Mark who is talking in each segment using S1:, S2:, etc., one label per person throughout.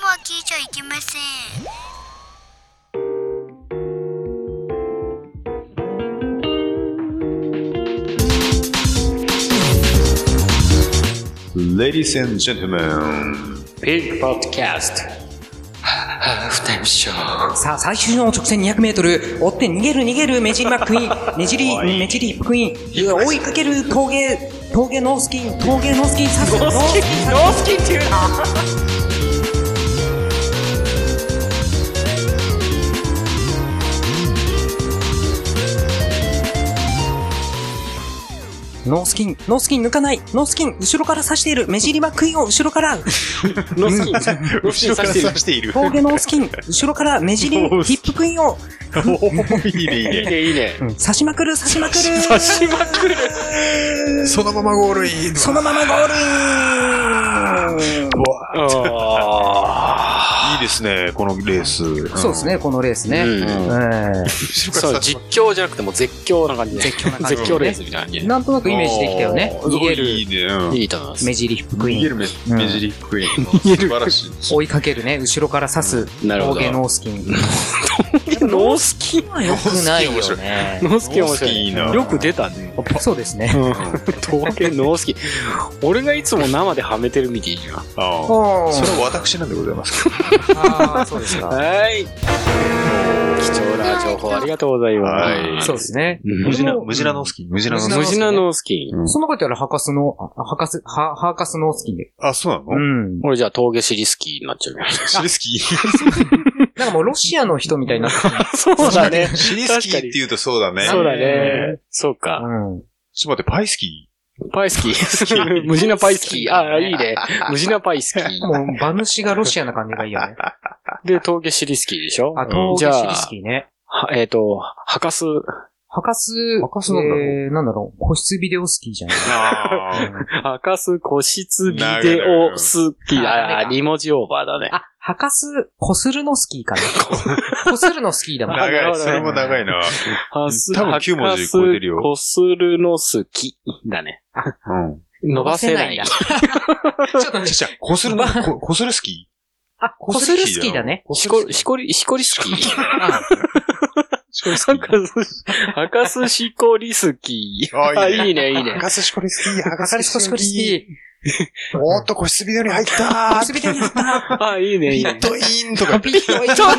S1: いけません
S2: レディ s and gentlemen,
S3: ピックポッドキャスト。
S4: ハーフタイムショー。
S5: さあ、最終の直線200メートル、追って逃げる逃げる、メジンマックイー ン、ねじり、ねじりヒップクイーン、追いかける峠、峠ノースキン、峠ノースキンさすノースキン、ノースキンっていうな。ノースキン、ノースキン抜かない、ノースキン、後ろから刺している、目尻マックイーンを後ろ から、
S3: ロスキン、ロスキン
S2: 後ろ
S3: さ
S2: から
S3: してる
S2: 刺。している。
S5: 峠ノースキン、後ろから目尻、ヒップクイーンを
S2: おいいね、いい
S3: いい
S2: ね。
S3: ね、いいね。
S5: 刺しまくる、刺しまくる。
S3: 刺しまくる。
S6: そのままゴールイン。
S5: そのままゴールイン
S3: あ
S2: いいですね、このレース。
S5: そうですね、このレースね。
S3: うん
S5: え
S3: ーそう、実況じゃなくてもう絶叫な感じね。
S5: 絶叫な感じね
S3: 絶叫レースみたいな感じ
S5: え
S3: ね
S5: なんとなくイメージできたよね。逃げ
S2: いい
S5: る、
S2: ね。うん
S3: いいと思います
S5: 目。尻ヒップクイ
S2: 逃げ
S5: ー
S2: る
S5: ン。
S2: 目
S5: ん
S2: 目尻クイーン。素晴らしい。
S5: 追いかけるね、後ろから刺す、
S3: なるほど
S5: 峠ノースキン。
S3: ノースキンは
S5: 良くないよね。
S3: ノースキン面
S2: ノ
S3: 白
S2: ースキンいい
S3: い。
S2: な
S3: よく出たね。
S5: そうですね。
S3: 刀剣 ノースキン。俺がいつも生ではめてるみたいな。
S2: ああ
S5: お
S2: そ
S5: ー
S2: れは私なんでございますけど。
S5: あーそうですか。
S3: はい。貴重な情報ありがとうござい
S2: は
S3: ま
S2: い
S3: す。
S5: そうですね。
S3: うん
S2: ムジナ、ムジナノースキー、ムジナノースキー
S3: ムジナノースキン。
S5: そんなこと言ったら、ハカスの、あハカス、ハハーカスノースキンで。
S2: あ、そうな
S5: う
S2: の
S5: ん。
S3: 俺じゃあ峠尻スキーになっちゃうね。
S2: シリスキー。
S5: なんかもうロシアの人みたいになってる。
S3: そうだね。
S2: シリスキーって言うとそうだね。
S3: そうだね。そうか。
S5: うん。
S2: ちょっと待って、パイスキ
S3: パイスキー。無地なパイスキー。ああ、いいね。無地なパイスキー。
S5: もう、馬主がロシアな感じがいい よね。
S3: で、峠シリスキーでしょ
S5: あ、東
S3: じゃ
S5: 京
S3: あ
S5: シリスキーね。
S3: はえっ、と、はかす。
S5: ハカス、
S2: ハカスなんだろう
S5: えーなんだろう、個室ビデオスキーじゃない
S2: ー。 あ
S3: はかす個室ビデオスキー。
S5: なるほど
S3: ああ、2文字オーバーだね。
S5: あ、はかす、こするのスキーかな。こするのスキーだ もん。
S3: な
S2: 長い、それも長いな。
S3: はす、
S2: 多分
S3: はかす
S2: 9文字超えてるよ
S3: こするのスキーだね。
S2: うん。
S3: 伸ばせない。
S5: んだ。 ちょっと、
S2: じゃこするの、ここするスキ
S5: あ、こするスキーだね。
S3: しこ、しこり、しこりスキー。
S5: あ
S2: ーしこりスキ
S3: は
S2: ー。
S3: かす、はかすしこりスキー。
S2: あ
S3: あ、
S2: いいね
S3: いいね、いいね
S2: は。かすしこりスキー、はか
S5: はか
S2: す
S5: す、こ
S2: し
S5: す
S2: こ
S5: る
S2: り
S5: ス
S2: スキ
S5: キ
S2: ー。おーっと、個室ビデオに入った
S5: ー。こ
S2: ー
S5: するビデオに行った。
S3: あ、いいね、いい
S2: ピ
S3: ね
S2: ッ。トインとか。
S5: ピットイン。
S3: ちょっと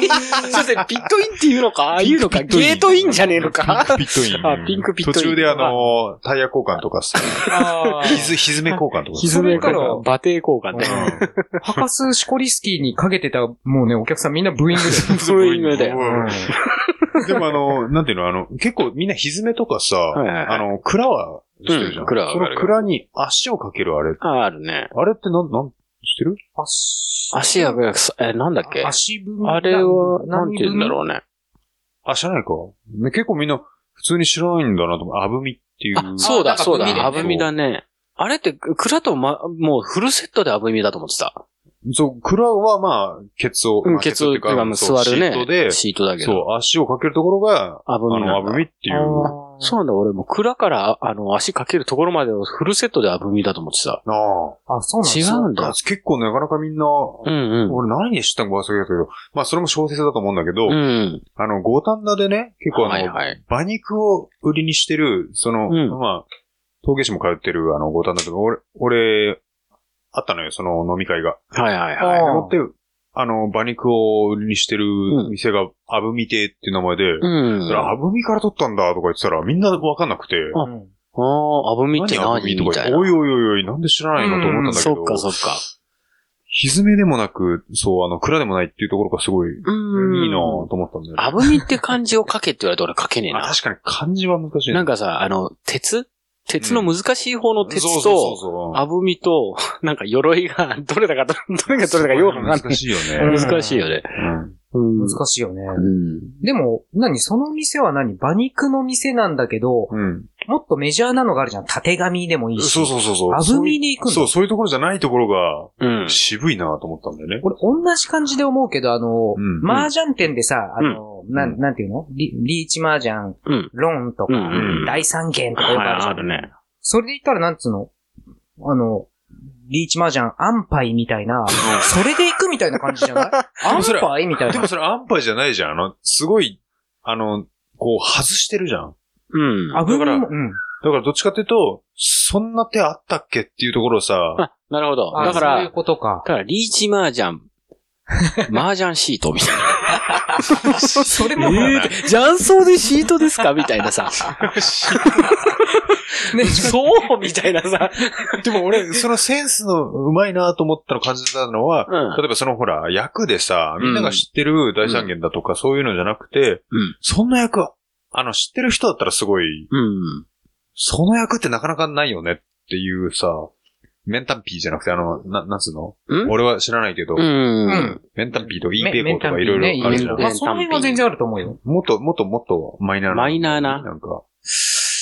S3: ピットインっていうのかああいうのか
S2: ピットイン
S3: ゲートインじゃねえのか
S2: ピットイン。
S3: あピンクピットイン
S2: 途中であのー、タイヤ交換とかさ、
S5: あ
S2: ひず、ひずめ交換とかさ。
S3: ひずめか
S5: それからら
S3: 馬蹄交換ね。
S5: ーはかす、しこりスキーにかけてた、もうね、お客さんみんなブーイングで。
S3: それ今だ よ。
S2: うんでもあの、なんていうの、あの、結構みんなひずめとかさ、
S3: はいはいはい
S2: あの、蔵はしてるじゃん。
S3: うん蔵は
S2: その蔵に足をかけるあれ。
S3: あ、あるね。
S2: あれってなん、なん、してる
S5: 足
S3: 足やべ、え、なんだっけ
S5: 足踏み。
S3: あれは、なんて言うんだろうね。
S2: あ、知らないか。ね結構みんな普通に知らないんだなと思う。あぶみっていう。
S3: そう
S5: あ
S3: だ、
S5: なんか
S3: そうだ、あ
S2: 海でね
S3: ぶみだね。あれって、蔵とま、もうフルセットであぶみだと思ってた。
S2: そう、蔵はまあ、ケツを。
S3: うん、
S2: まあ
S3: ケツっていうか、まあ
S2: そう
S3: 座るね。
S2: シートで、
S3: シートだけど。
S2: そう、足をかけるところが、
S3: あぶ
S2: あ
S3: み
S2: の、
S3: な
S2: あ
S3: ん
S2: ぶみ
S3: だ。
S2: っていう。
S3: そうなんだ、俺も蔵から、ああの、足かけるところまでをフルセットであぶみだと思ってた。
S2: なあ
S5: あ、そうなん
S3: 違
S5: だ。
S3: うん
S2: あ
S3: だ。
S2: 結構なかなかみんな、
S3: うんうん。
S2: 俺何で知ったのか忘れたけど、まあそれも小説だと思うんだけど、
S3: うん。
S2: あの、五反田でね、結構あの、
S3: はいはい。
S2: 馬肉を売りにしてる、その、
S3: うん
S2: まあ、峠師も通ってる、あの、五反田とか、俺、俺、あったのよ、その飲み会が。
S3: はいはいはい。
S2: で
S5: あー
S2: もって、あの、馬肉を売りにしてる
S3: うん
S2: 店が、あぶみ亭っていう名前で、
S3: うん。
S2: あぶみから取ったんだとか言ってたら、みんなわかんなくて、
S3: あ
S5: うん
S3: ああ、あぶみって
S2: 何あ
S3: 何
S2: ぶみ
S3: み
S2: とか
S3: たい
S2: 言って、
S3: な。
S2: おいおいおいおい、なんで知らないのと思ったんだけ
S3: そ
S2: ど、
S3: っかそっか。
S2: ひずめでもなく、そう、あの、蔵でもないっていうところがすごい、いい
S3: うん
S2: なぁと思ったんだよね。
S3: あぶみって漢字を書けって言われて俺書けねえ
S2: あ
S3: な。
S2: 確かに漢字は難しい
S3: なん
S2: か、
S3: かさ、あの、鉄鉄の難しい方の鉄
S2: そうそう
S3: と、
S2: そうそう
S3: あぶみと、 なんか鎧が、 どれだか、どどれがどれだかよくわかん
S2: 難しいよね。
S3: ない。難しいよね。
S2: うん
S3: うん。
S5: 難しいよね。
S3: うん。
S5: でも、何その店は何馬肉の店なんだけど、
S2: うん。
S5: もっとメジャーなのがあるじゃん。縦紙でもいいし。
S2: そうそうそうそう。
S5: あぶみで行くんだ。
S2: そう、そういうところじゃないところ
S3: うん
S2: が、。渋いなぁと思ったんだよね。
S5: 俺、同じ感じで思うけど、あの、
S2: うん
S5: 麻雀店でさ、あの、な
S2: うん
S5: ん、なんていうのリリーチ麻雀、
S3: うん
S5: ローンとか、
S3: うん
S2: うん
S5: 第三元とか
S3: はい、
S5: よくあるじゃ
S3: あ
S5: ん。
S3: るね。
S5: それで言ったら、なんつうのあの、リーチマージャン、アンパイみたいな、それで行くみたいな感じじゃないアン
S2: それ
S5: パイみ たい
S2: で
S5: な。
S2: もそれアンパイじゃないじゃん。あの、すごい、あの、こう外してるじゃん。
S3: うん。
S5: あ、ぶ
S2: だから
S5: も、うん。
S2: だからどっちかっていうと、そんな手あったっけっていうところをさ、
S3: あ、なるほど。
S5: あ
S3: だか
S5: そう
S3: ら、
S5: いう
S3: だ
S5: ことか。
S3: から、リーチマージ ャン、マージャンシートみたいな。
S5: それも、ね、
S3: えー、雀荘でシートですかみたいな さ。そうみたいなさ。
S2: でも俺、そのセンスのうまいなと思ったの感じたのは、
S3: うん。
S2: 例えばそのほら、役でさ、みんなが知ってる大三元だとかそういうのじゃなくて、
S3: うん
S2: そんな役、あの、知ってる人だったらすごい、
S3: うん。
S2: その役ってなかなかないよねっていうさ、メンタンピーじゃなくて、あの、な、なんつうの
S3: ん
S2: 俺は知らないけど、
S3: うん。
S5: うん
S2: メンタンピーとかイーペイコ
S5: めめ
S2: ー
S5: んた
S2: と
S5: ん
S2: か
S5: ぴ
S2: いろいろあるじゃん。
S3: ね
S5: まあ、その辺は全然あると思うよ。
S2: もっと、もっともっとマイナーな。
S3: マイナーな
S2: なんか、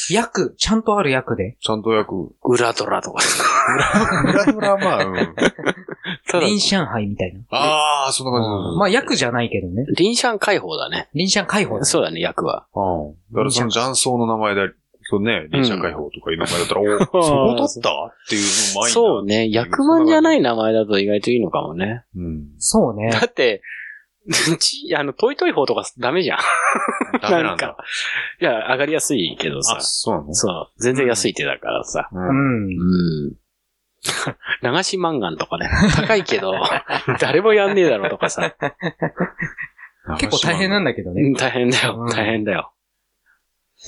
S5: 役、ちゃんとある役で。
S2: ちゃんと役。
S3: 裏ドラとか。
S2: フラフラまあ、うん。
S3: ただ
S5: リン、シャンハイみたいな。
S2: ああ、そんな感じだ
S5: まあ、役じゃないけどね。
S3: リンシャン解放だね。
S5: リンシャン解放です。
S3: そうだね、役は。
S2: うん。だからその雀荘の名前だ、そうね、臨者解放とかいう名前だったら、おそこだったっていうのもいな。
S3: そうね、役満じゃない名前だと意外といいのかもね。
S2: うん。
S5: そうね。
S3: だって、 ち、あの、トイトイ方とかダメじゃん。
S2: ダメなん
S3: ん
S2: だ
S3: か。。いや、上がりやすいけどさ
S2: あ、。そうなの
S3: そう。全然安い手だからさ。
S5: う
S2: うん。
S5: ん。
S3: うん。流し漫画とかね。高いけど、 誰もやんねえだろうとかさ。
S5: 結構大変なんだけど
S3: う
S5: ね
S3: ん。大変だ
S5: う
S3: よ
S5: ん。
S3: 大変だよ。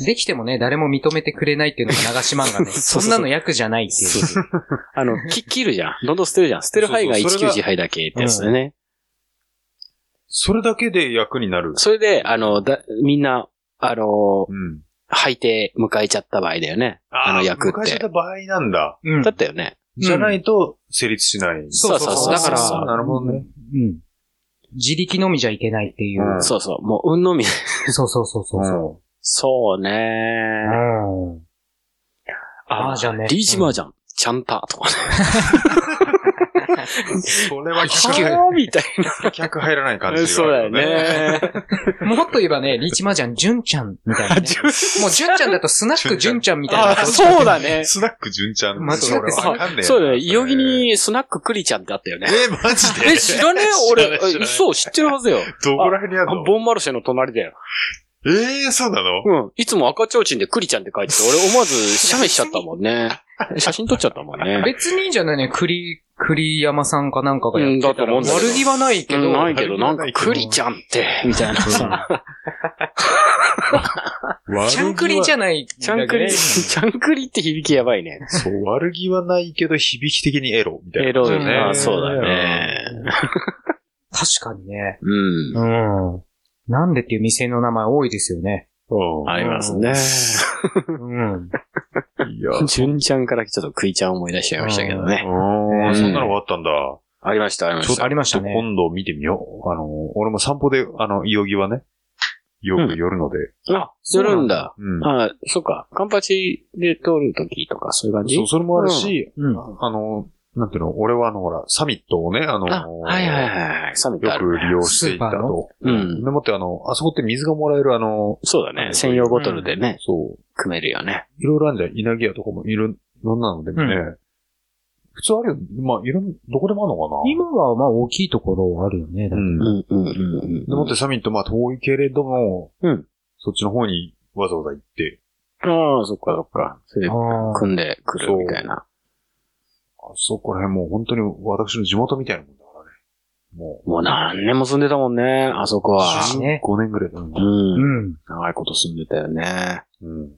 S5: できてもね、誰も認めてくれないっていうのが流し漫画
S3: そうそ
S5: ね。
S3: うそう
S5: そんなの役じゃないっていう。
S3: あの、き切るじゃん。どんどん捨てるじゃん。捨てる範囲が
S2: そうそうそれが
S3: 19時範囲だけってやつでね。
S2: それだけで役になる。
S3: それで、あの、だ、みんな、あの、
S2: うん。
S3: 履いて迎えちゃった場合だよね。あの役っ
S2: 昔
S3: て
S2: た。場合なんだ。
S5: うん
S3: だったよね。
S2: じゃないと成立しない。
S5: そうそうそう。
S3: そうそう
S5: だ
S3: そう
S5: か
S3: そう
S5: ら、
S2: なるほどね。
S5: うん。自力のみじゃいけないっていうう。
S2: ん
S3: そうそう。もう、運のみ。
S5: そうそうそうそうう。
S2: ん。
S3: そうね。
S5: うん。ああ、じゃあね。
S3: リーチマージャン、ちゃんた、とかね。
S2: それは客 入
S3: はぁみたい
S2: 客入らない感
S3: な。
S2: じ。
S3: そうだよ。ね。
S5: うんもっと言えばね、リーチマージャン、ジュンちゃんみ たいなね。もうジュンちゃんだとスナックジュンちゃんみたいな。
S3: あ、そうだね。
S2: スナック純ちゃん。
S5: 間違って
S2: 俺わかんねえな
S3: そうだね。いよぎ。にスナッククリちゃんってあったよね。
S2: え、マジで
S3: え、知らねえ
S2: 知
S3: 俺
S2: らない知ら、ない
S3: そう、知ってるはずよ。
S2: どこら辺にあるの
S3: ボンマルシェの隣だよ。
S2: ええそうなの
S3: うん。いつも赤ちょうちんでクリちゃんって書いてて、俺思わず写メしちゃったもん ね。写真撮っちゃったもんね。
S5: 別にいいんじゃないね。栗、栗山さんかなんかがやってたら。
S3: うんだと思うんだけど
S5: 悪気はないけ
S3: う
S5: ど。
S3: んないけど、なんか
S2: ない、けど
S3: クリちゃんって、みたいなさ。
S5: ちゃんくりじ
S2: ゃ
S5: ゃないんだけ
S3: ち
S5: ど
S3: ゃ
S5: ね。
S3: んくり、ちゃんくりって響きやばいね。
S2: そう、悪気はないけど、響き的にエロ、みたいな。
S3: エロい
S5: ね
S3: な、そうだね。
S5: 確かにね。
S3: うん。
S5: うん。なんでっていう店の名前多いですよね。
S2: うん。
S3: ありますね。
S5: うん。
S2: いや。
S3: 純ちゃんからちょっとクイちゃんを思い出しちゃいましたけどね。
S2: う、
S5: うんん
S2: そんなのがあったんだ。
S3: ありました、ありま
S2: ちょっ
S3: し
S2: と
S3: た。
S5: ありましたね
S2: 今度見てみよう。あの、俺も散歩で、あの、いよぎはね、よく寄るので。
S3: あ、するんだ。
S2: うん。
S3: あ、そっか。カンパチで通るときとか、そういう感じ
S2: そう、それもあるし、
S5: うん。
S2: あの、なんていうの、俺はあの、ほら、サミットをね、あの、
S3: あ、はいはいはいはい。サミット
S2: よ
S3: あ
S2: く
S3: る。
S2: 利用していた
S5: スーパー
S2: と。
S3: うん
S2: でもって、あの、あそこって水がもらえる、あの、
S3: そうだね。専用ボトルでね、
S2: そう、
S3: 組めるよね。
S2: いろいろあるじゃん。稲城屋とかもいろいろんなのでもね。普通あるよ。まあ、いろん、どこでもあるのかな
S5: 今はまあ大きいところあるよね。だ
S2: う
S5: って
S2: ん。
S3: う
S2: で
S3: んうんうんう
S2: もっ
S3: ん。
S2: てサミット、まあ、遠いけれども、
S3: うん
S2: そっちの方にわざわざ行って、
S3: ああ、そっかそっか。それで
S5: あー
S3: 組んでくるみたいな。
S2: あそこら辺もう本当に私の地元みたいなもんだからね。もう、
S3: もう何年も住んでたもんね、あそこは。
S5: そうね
S2: 5年ぐらいだね。
S3: うん。
S5: うん。
S3: 長いこと住んでたよね。
S2: うん。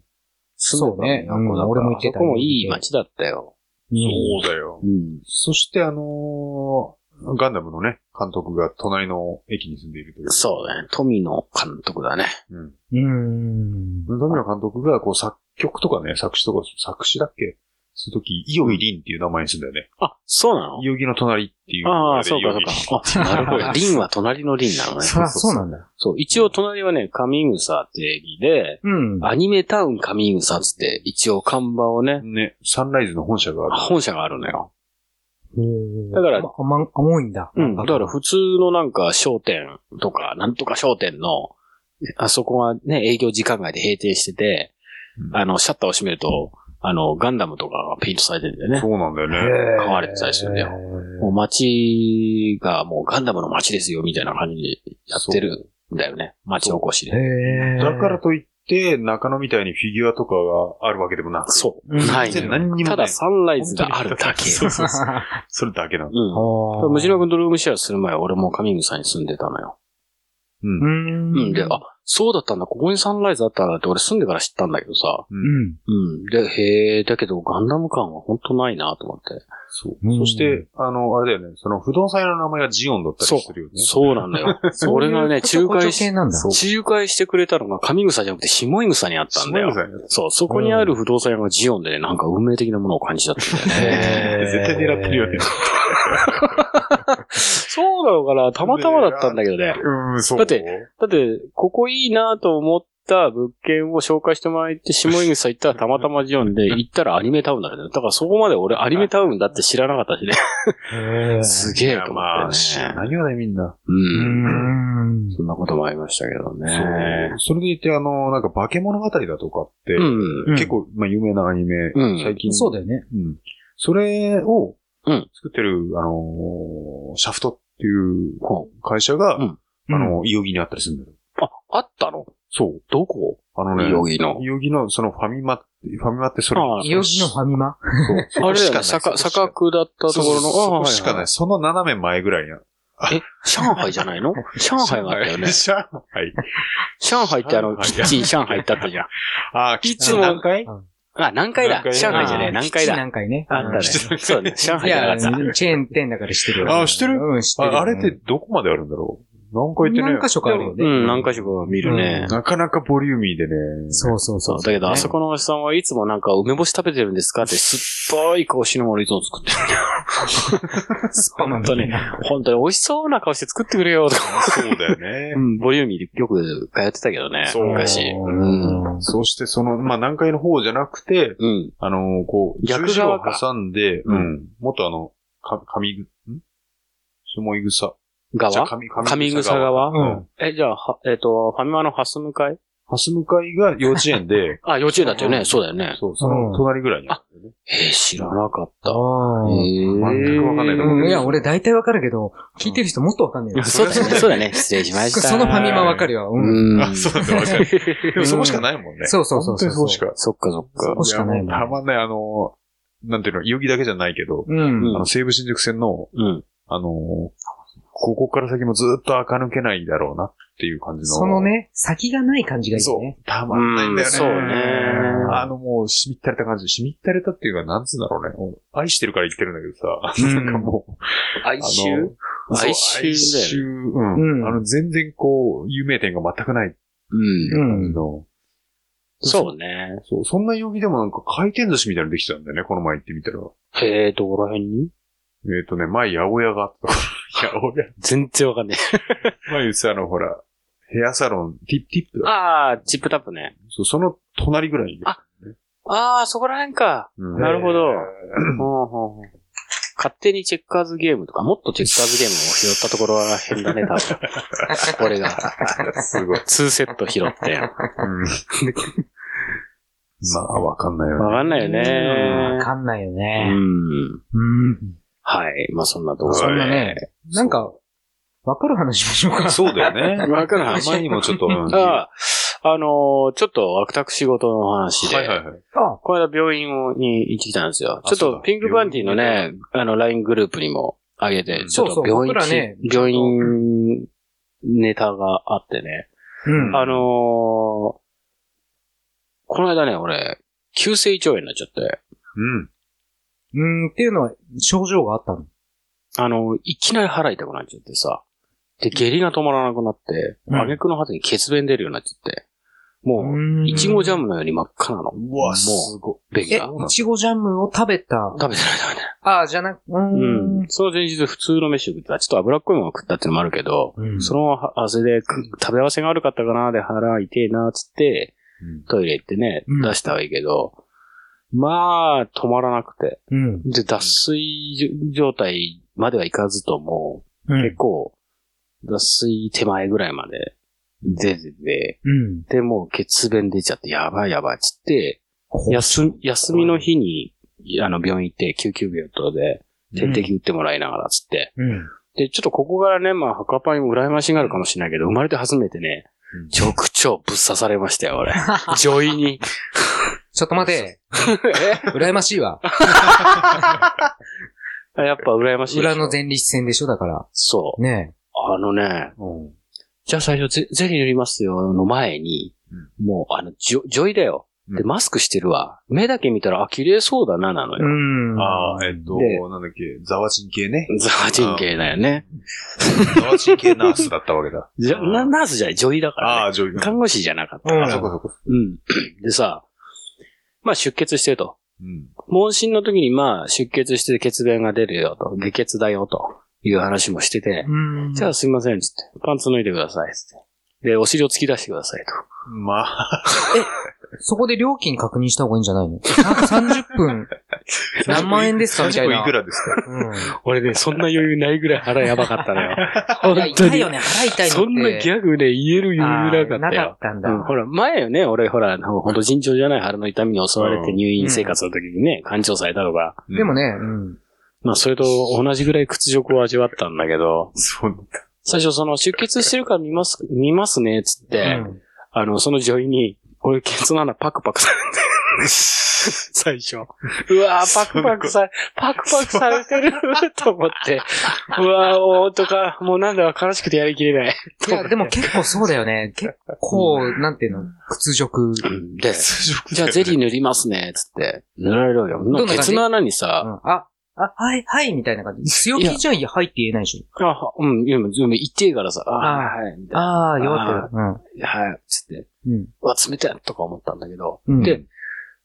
S5: そうね。
S3: 住
S5: うんん
S3: でた
S5: 俺も行っ
S3: あ
S5: て
S3: そ
S5: た。
S3: こもいい街だったよ。
S5: うん。
S2: そうだよ
S3: う。ん。
S2: そして、あのーガンダムのね、監督が隣の駅に住んでいるという。
S3: そうだね。富野監督だね。
S2: うん。
S5: うん。
S2: 富野監督が、こう、作曲とかね、作詞とか、作詞だっけするとき、いおぎりんっていう名前にするんだよね。
S3: あ、そうなの
S2: いおぎの隣っていう。
S3: ああ、そうか
S2: いおぎりん
S3: そうか。あ、なる ほど。リンは隣のリンなのね。
S5: そらそうなんだ。
S3: そう。一応隣はね、上草って駅で、
S5: うん。
S3: アニメタウン上草っつって、一応看板をね、
S2: ね、サンライズの本社がある。
S3: 本社があるのよ。だ
S5: だ
S3: から
S5: あ、ま、多いんだ。
S3: うん。だから普通のなんか商店とか、なんとか商店の、あそこはね、営業時間外で閉店してて、
S2: うん
S3: あの、シャッターを閉めると、あの、ガンダムとかがペイントされてるんだよね。
S2: そうなんだよね。
S3: 買
S6: 変
S3: われてたりするんだよ。もう街がもうガンダムの街ですよ、みたいな感じでやってるんだよね。街おこしで。
S6: へー
S2: だから、といって、中野みたいにフィギュアとかがあるわけでもなく。
S3: そう。
S6: うん
S3: ないの
S2: 全然
S3: よ
S2: 何にもな
S3: た
S2: い
S3: だサンライズがあるだけ。
S2: そうそう そう。それだけなの。
S3: うん。
S6: あ
S3: むしろ君とルームシェアする前、俺もカミングさんに住んでたのよ。
S2: うん
S6: う。。
S3: うんん。で、あ、そうだったんだ、ここにサンライズあったんだって俺住んでから知ったんだけどさ。
S6: うん。
S3: うん。で、へえ、だけどガンダム感は本当ないなと思って。
S2: そう。そして、あの、あれだよね、その不動産屋の名前がジオンだったりするよね。
S3: そうなんだよ。俺がね、仲介し
S6: 系、なんだ。
S3: 仲介してくれたのが上草じゃなくて下草にあったんだよ。
S2: 下草にあっ
S3: そう、そこにある不動産屋がジオンでね、なんか運命的なものを感じたってんだよね。
S6: へー
S2: 絶対狙ってるよね。
S3: そうなのかなたまたまだったんだけどね。
S2: うん、そう。
S3: だって、だって、ここいいなと思った物件を紹介してもらって、下井口さん行ったらたまたまジオンで、行ったらアニメタウンだね。だからそこまで俺アニメタウンだって知らなかったしね。
S6: へ ー
S3: すげえと思
S2: まあ、
S3: ってね。
S2: 何よね、みんな。
S6: うー
S3: うん。
S6: ん。
S3: そんなこともありましたけどね
S2: そう。それでいて、あの、なんか化け物語だとかって、
S3: うん。
S2: 結構、まあ、有名なアニメ、
S3: うん
S2: 最近。
S6: そうだよね。
S2: うん。それを
S3: うん、
S2: 作ってる、あのーシャフトっていう
S3: ほ
S2: 会社が、
S3: うん
S2: あの、いよぎにあったりするんだよ。
S3: あ、あったの
S2: そう。
S3: どこ
S2: あのね、
S3: いよぎの
S2: い。よぎの、そのファミマ、ファミマってそれ、
S3: あ
S6: いよぎのファミマ
S2: そう
S3: あれだよね、
S2: そこ
S3: 坂、
S2: しかな
S3: 坂
S2: い
S3: 区だったと
S2: そう
S3: こ
S2: そう
S3: ろの、
S2: そうそこしか
S3: あ
S2: ない。その斜め前ぐらいにある。。
S3: はいはいえ、上海じゃないの上海があったよ ね
S2: 上海。
S3: 上海ってあの、
S2: 上海
S3: キッチン上海ってあったじゃん。
S2: ああ、
S3: いつも
S2: 何回
S3: あ、南海だ。
S2: 南海
S3: 上海じゃね
S6: あ
S3: え、
S6: ー
S3: 南海だ。
S6: 何回ね。
S3: あったね。そうね。上
S6: い
S3: 海じゃ
S6: や、
S3: なかった。
S6: チェーン店だから知ってるよ。
S2: あ知ってる
S6: うん、知ってるよ。
S2: ああれってどこまであるんだろう何回ってね。
S6: 何箇所かあるよ
S3: う
S6: ね。
S3: ん、何箇所か見るね。
S2: なかなかボリューミーでね。
S6: そうそう
S3: そう
S6: そ。
S3: う。だけど、あそ このおじさんはいつもなんか、梅干し食べてるんですか って、すっぱい顔しながらいつも作ってる。
S6: スパマン
S3: 本当に。本当に美味しそうな顔して作ってくれよ、とか。
S2: そうだよね
S3: う。ん、ボリューミーでよく通ってたけどね。
S2: そう
S3: 昔。うん。
S6: うん
S2: そしてその、まあ、南海の方じゃなくて、
S3: うん。
S2: あのーこう、
S3: 逆
S2: 十字を
S3: 側か
S2: 挟んで、
S3: う
S2: うんん。もっとあの、か、上ぐ、ん下井草。じゃあ
S3: 側
S2: 上、
S3: 上草
S2: 側。
S3: 側
S6: うん
S2: うん。
S3: え、じゃあ、はえっと、ファミマのハス向かい、
S2: ハス向かいが幼稚園で
S3: あ、幼稚園 だったよ
S2: う
S3: ね。
S2: ん
S3: そうだよね。
S2: そう、その隣ぐらいにあるんだよね。
S3: えー、知らなかった。
S6: あ
S3: 全
S2: 全くわかんないと
S6: あ。
S2: 思
S6: うんいや、俺大体わかるけど、聞いてる人もっとわかんないよ。
S3: そうだね。そうだね。失礼しました。
S6: そのファミマわかるよ。うん
S3: うん。
S2: あ、そうなんだ、わかる。 でもそこしかないもんね。
S6: そうそうそう
S2: 本当にそこしか。
S3: そっかそっか
S6: そ。こしかないもん
S2: やもうたまんない、あのー、なんていうの、遊戯だけじゃないけど、
S6: うん。
S2: あの、西武新宿線の、
S3: うん。
S2: あのー、ここから先もずっと垢抜けないだろうなっていう感じの。
S6: そのね、先がない感じがいい
S2: そ
S6: ね。
S2: う。たまんないんだよね。
S3: そうね。
S2: あのもう、しみったれた感じ。しみったれたっていうか、なんつうんだろうね。もう愛してるから言ってるんだけど
S6: う
S2: さ。
S6: ん
S2: なんかもう、
S3: 哀
S2: あ
S3: 愁
S2: のそう
S3: 哀愁だよね
S2: 哀愁うん。
S6: うん
S2: あの、全然こう、有名点が全くない
S3: うん。
S2: 感じの。
S3: そうね。
S2: そう、そんな容疑でもなんか回転寿司みたいなのできてたんだよね、この前行ってみたら。
S3: へえ、どこら辺に
S2: えっ、とね、前、八百屋があ った。八百屋。
S3: 全然わかんね
S2: 前言ってたあの、ほら、ヘアサロン、ティップ、ティップ
S3: え。
S2: だ。
S3: ああ、チップタップね。
S2: そう、その隣ぐらいに。
S3: あああ、そこら辺か。
S2: うん
S3: なるほ
S2: ん
S3: ど。ほうほうほう勝手にチェッカーズゲームとか、もっとチェッカーズゲームを拾ったところは変だね、多分。 俺が。
S2: すごい。
S3: 2セット拾って。
S2: うんまあ、わかんないよね。
S3: わかんないよ
S6: うんわ
S3: ね。
S6: かんないよ
S3: う
S6: ね。
S3: ん。
S6: うん。
S3: はい。まあ、そんなところで
S6: そんなね、なんか、わかる話しましょうか。
S2: そうだよね。
S3: わかる
S2: あ
S3: 話
S2: まりにもちょっと。うんは
S3: ああ、あのーちょっと私事の話
S2: い
S3: で、
S2: はいはい。
S6: あ、
S3: この間病院をに行ってきたんですよ。
S2: あ
S3: ちょっ
S2: そう
S3: と
S2: だ
S3: ピンクバンティーの
S2: 病
S3: ね、あの、LINE グループにもあげて、ちょっ
S6: そ
S3: と
S6: うそう
S3: 病院
S6: 僕らね
S3: ち病院ネタがあってね。
S6: うん。
S3: あのーこの間ね、俺、急性胃腸炎になっちゃって、
S2: うん。
S6: うん、っていうのは、症状があったの。
S3: あのいきなり腹痛くなっちゃってさ、で、下痢が止まらなくなって、
S6: うん
S3: 挙句の果てに血便出るようになっちゃって、もう、いちごジャムのように真っ赤なの。
S2: う
S3: も
S2: わ、
S3: う、
S2: すごい。
S3: 便
S6: え、
S3: が。
S6: いちごジャムを食べた。
S3: 食べてない食べてない。
S6: あ、じゃなく、うー
S3: うんん。。その前日普通の飯食ってた。ちょっと脂っこいもの食ったってのもあるけど、
S6: うん
S3: そのまま汗で食食べ合わせが悪かったかなで腹痛いなっつって、
S2: うん
S3: トイレ行ってね
S6: うん、
S3: 出したはいいけど、まあ、止まらなくて。
S6: うん。
S3: で、脱水状態まではいかずとも、
S6: うん
S3: 結構、脱水手前ぐらいまで出てて、
S6: うん。
S3: で、もう血便出ちゃってやばいやばいっつって、休、休みの日に、あの、病院行って、救急病とかで、点滴打ってもらいながら、つって。
S5: うん。
S3: で、ちょっとここからね、まあ、墓パンにも羨ましがるかもしれないけど、生まれて初めてね、直腸ぶっ刺されましたよ、俺。女医に。
S5: ちょっと待 て。羨ましい わ。
S3: えやっぱ羨ましい。
S5: 裏の前立腺でしょ、だから。
S3: そう。
S5: ね
S3: あのね、じゃあ最初ゼ、ゼリー塗りますよ、の前に、もう、あの、ジョ、ジョイだよ。で、マスクしてるわ。目だけ見たら、あ、綺麗そうだな、なの
S5: え。う
S3: よ。
S5: ん。
S2: ああ、えっと
S3: で、
S2: なんだっけ、ザワチン系ね。
S3: ザワ人系だよね。。
S2: ザワチン系ナースだったわけだ
S3: じゃ、な、ナースじゃない、女医だから、
S2: あ
S3: ね。
S2: あ、女優。
S3: 看護師じゃなかったか
S5: うん
S2: あ、
S3: ら。
S2: そこそこ。
S3: うん。でさ、まあ出血してると。
S2: うん。
S3: 問診の時にまあ出血して血便が出るよと、下血だよという話もしてて、
S5: うん。
S3: じゃあすいません、つって。パンツ脱いでください、つって。で、お尻を突き出してくださいと。
S2: まあ、
S5: そこで料金確認した方がいいんじゃ ないの ?30 分、 何万円ですかみた
S2: 30
S5: い
S2: 分
S5: な。
S2: いくらですか
S5: うん。
S3: 俺ね、そんな余裕ないぐらい腹やばかったのよ。
S5: いや、
S3: 本当
S5: 痛い
S3: に
S5: よ。ね、腹 痛いの
S3: そんなギャグで言える余裕なかった
S5: あーなか
S3: よ。
S5: ったんだ。
S3: うん、ほら、前よね、俺、ほら、ほんと尋常じゃない腹の痛みに襲われて
S2: うん
S3: 入院生活の時にね、感情されたとか、
S5: でもね、うん。
S3: まあ、それと同じぐらい屈辱を味わったんだけど、
S2: そう。
S3: 最初その出血してるから見ます、見ますね、つって、
S5: うん
S3: あの、その女医に、俺、ケツの穴パクパクされて る。最初。うわぁ、パクパクされ、パクパクされ てると思って。うわぁ、おーとか、もうなんだか悲しくてやりきれない。
S5: いや、でも結構そうだよ ね。結構、なんていうの、屈辱。
S3: で、じゃあゼリー塗りますね、つって。塗られるわけよ。
S5: どんな感じ
S3: ケツの穴に
S5: う
S3: さ、
S5: んあ、あ、はい、はい、みたいな感じ。強気じゃいや、はいって言えないでし
S3: あ、うん、いや、もう言っていいからさ、あーはい、み
S5: ょ。
S3: たい
S5: ああ、よかったよ。
S3: な。はい、つって。
S5: うん。
S3: うわ、冷たいとか思ったんだけど。
S5: うん。
S3: で、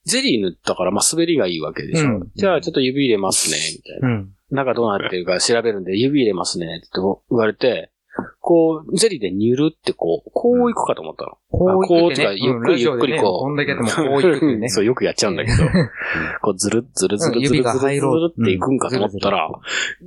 S3: ゼリー塗ったから、まあ、滑りがいいわけでしょ。
S5: うん
S3: じゃあ、ちょっと指入れますね、みたいな。
S5: うん。
S3: 中どうなってるか調べるんで、指入れますね、って言われて、こう、ゼリーで塗るってこう、こういくかと思ったの。
S5: こう行く
S3: こう
S5: ってね。
S3: とかゆっくり
S5: うんラジオでね
S3: ゆっくりこう。
S5: こんだけやってもこう行くって ね
S3: そう、よくやっちゃうんだけど、こう、ずるっずるず
S5: う
S3: る
S5: ん
S3: ずる
S5: 指
S3: ず
S5: が
S3: るず
S5: 入ろう
S3: るっていくんかと思ったら、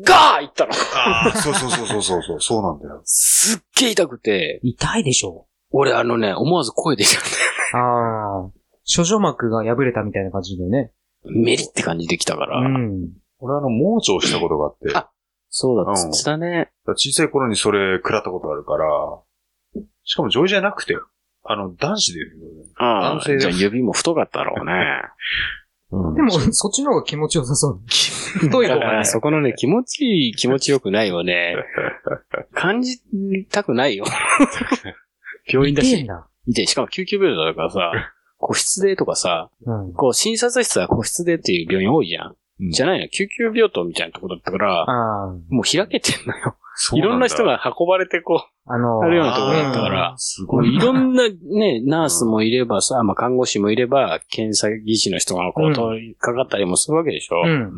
S3: ガーいったの
S2: ああ、そうそうそうそうそうそう、そうなんだよ。
S3: すっげえ痛くて、
S5: 痛いでしょ。
S3: 俺あのね、思わず声出ちゃって、
S5: ああ。諸女膜が破れたみたいな感じだよね。
S3: メリって感じできたから。
S5: うん。
S2: 俺あの、盲腸したことがあって、だ
S3: あ
S2: か
S3: そうだ、
S2: うん
S3: つったね。
S2: ら小さい頃にそれ食らったことあるから、しかも女優じゃなくて、あの、男子で言うよね。
S3: あ
S2: 男性
S3: あ、
S2: で
S3: じゃあ指も太かったろうね。
S2: うん
S5: でも、そっちの方が気持ちよ さそう。太い
S3: だ
S5: 方
S3: か
S5: がね
S3: ら、。 そこのね、気持ちいい、気持ちよくないよね。感じたくないよ。病院だ
S5: 痛い
S3: し
S5: ん。だ。
S3: で、しかも救急病だからさ、個室でとかさ、
S5: うん。
S3: こう診察室は個室でっていう病院多いじゃん。
S2: うん
S3: じゃないの、救急病棟みたいなとこだったから、
S5: あ
S3: もう開けてんのよ。
S2: そう
S3: いろんな
S2: だ
S3: 人が運ばれてこ
S5: あ。あの
S3: う、あるようなとこだったか
S2: あ
S3: ら
S2: ー、す
S3: も
S2: ご
S3: う
S2: い。
S3: いろんなね、ナースもいればさ、まあ看護師もいれば、検査技師の人がこ
S5: う
S3: う、
S5: ん
S3: 通りかかったりもするわけでしょ。
S2: う
S5: う。
S2: んん。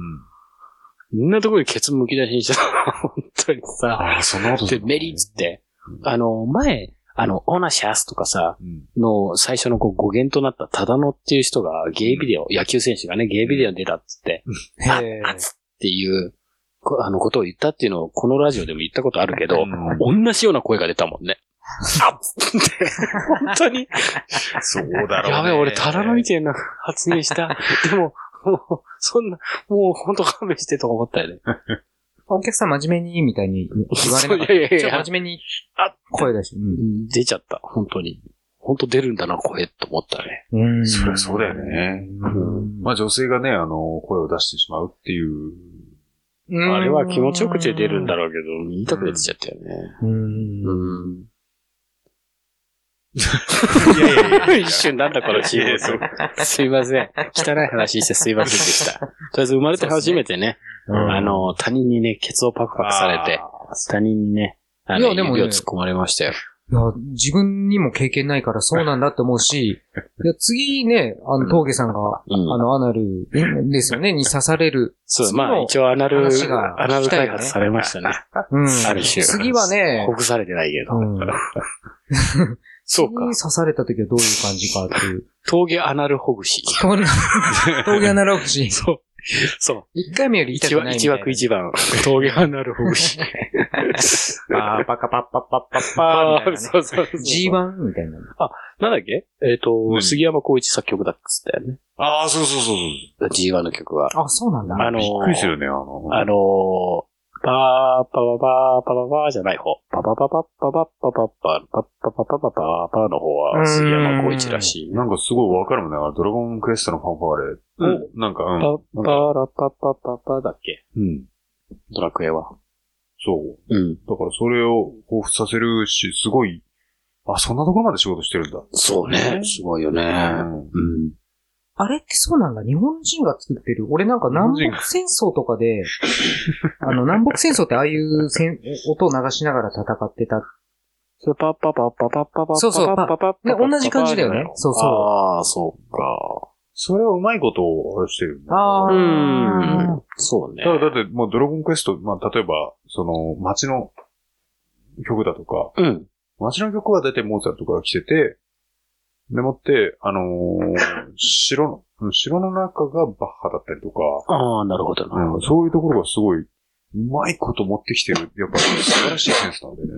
S3: みんなところにケツむき出しにしてたの 本当にさ。
S2: ああ、そんなこと
S3: で、メリーっつって、あの、前、あの、オーナーシャスとかさ、
S2: うん。
S3: の最初のこう語源となったタダノっていう人がゲイビデオ、野球選手がね、ゲイビデオに出たっつって、あ
S5: へえ。
S3: あつっていう、こあのことを言ったっていうのをこのラジオでも言ったことあるけど、
S2: うん
S3: 同じような声が出たもんね。 あっつって、本当に、
S2: そうだろう、ね。
S3: やべえ、俺タダノみたいな発言 した。でも、もう、そんな、もう本当勘弁してとか思ったよね。
S5: お客さん真面目に、みたいに言われなかっ
S3: そういやいや
S5: た。
S3: いや
S5: ちょっと真面目に
S3: あ、
S5: 声出して。う
S3: 出ちゃった、本当に。本当出るんだな、声、と思ったね。
S5: ん。うん
S2: そりゃそうだよね。
S5: うん
S2: まあ女性がね、あの、声を出してしまうっていう。
S3: あれは気持ちよくて出るんだ
S5: ろ
S3: ろうけど、言いたくなってきちゃったよね。
S5: う。うん。
S3: うん。
S2: いやいやいや
S3: 一瞬なんだこのチーム
S2: そう
S3: すいません。汚い話してすいませんでした。とりあえず生まれて初めてね、
S5: うん
S3: あ、の、他人にね、ケツをパクパクされて、他人にね、あ
S5: い
S3: の、
S5: やでも
S3: 指
S5: ね
S3: を突っ込まれましたよ。
S5: いや、自分にも経験ないからそうなんだって思うし、いや、次ね、あの、峠さんが、
S3: う
S5: あ
S3: ん。
S5: の、アナルですよね、に刺される。
S3: そう、
S5: 次
S3: まあ
S5: の
S3: 一応アナル、
S5: 話が
S3: アナ
S5: 聞
S3: ル
S5: きた
S3: 開
S5: いよね
S3: 発されましたね。
S5: うん。
S3: ある種。
S5: 次はね
S3: ほ、ぐされてないけど。
S5: うん。
S3: そうか
S5: 次。刺され た時はどういう感じかっていう。
S3: 峠アナルほぐし。
S5: 峠アナログシーン。
S3: そう。そう。
S7: 一回目より痛
S3: 一
S7: くな
S3: 枠
S7: いみたい
S3: 一
S7: な。
S3: 枠一 番。 峠はなるほぐし。
S7: あーパカパッパッパッパッパーみたい
S3: ああ、
S7: なね。
S3: そうそうそう。
S7: G1 みたいな。
S3: なんだっけえっ、と、
S2: 何
S3: 杉山浩一作曲だっつったよね。
S2: ああ、そうそうそうそう。
S3: G1 の曲は。
S7: あ、そうなんだ。
S3: あのー
S2: びっくりするよね、あの。
S3: あのー、パー、パパパー、パパパーじゃない方。パパパパッパパッパパッパ、パッパパパパパーパーの方は杉山浩一らしい。
S2: なんかすごいわかるもんね。あのドラゴンクエストのファンファーレ。うん。なんか、う
S3: パ
S2: ん。
S3: ッパラパッパパパだっけ
S2: うん。
S3: ドラクエは。
S2: そう。
S3: うん。
S2: だからそれを彷彿させるし、すごい、あ、そんなところまで仕事してるんだ。
S3: そうね。すごいよね。
S2: うん
S3: うん。
S7: あれってそうなんだ。日本人が作ってる。俺なんか南北戦争とかで、あの、南北戦争ってああいう戦音を流しながら戦ってた。
S3: そうパッパパッパパッパパ
S7: そうそう
S3: パッパパッパ
S7: ね同じ感じだよねそうそう
S3: ああ、そうか。
S2: それはうまいことをあれしてるんだ。
S7: あ
S3: う
S7: ー
S3: ん。そうね
S2: だ。からだって、まあ、ドラゴンクエスト、まあ、例えば、その、街の曲だとか、
S3: うん。
S2: 街の曲はだいたいモーツァルトから来てて、でもって、あのー城の、うん城の中がバッハだったりとか、
S3: ああ、なるほどな。
S2: うん、そういうところがすごい、うまいこと持ってきてる。やっぱ素晴らしいセンスなんだよね。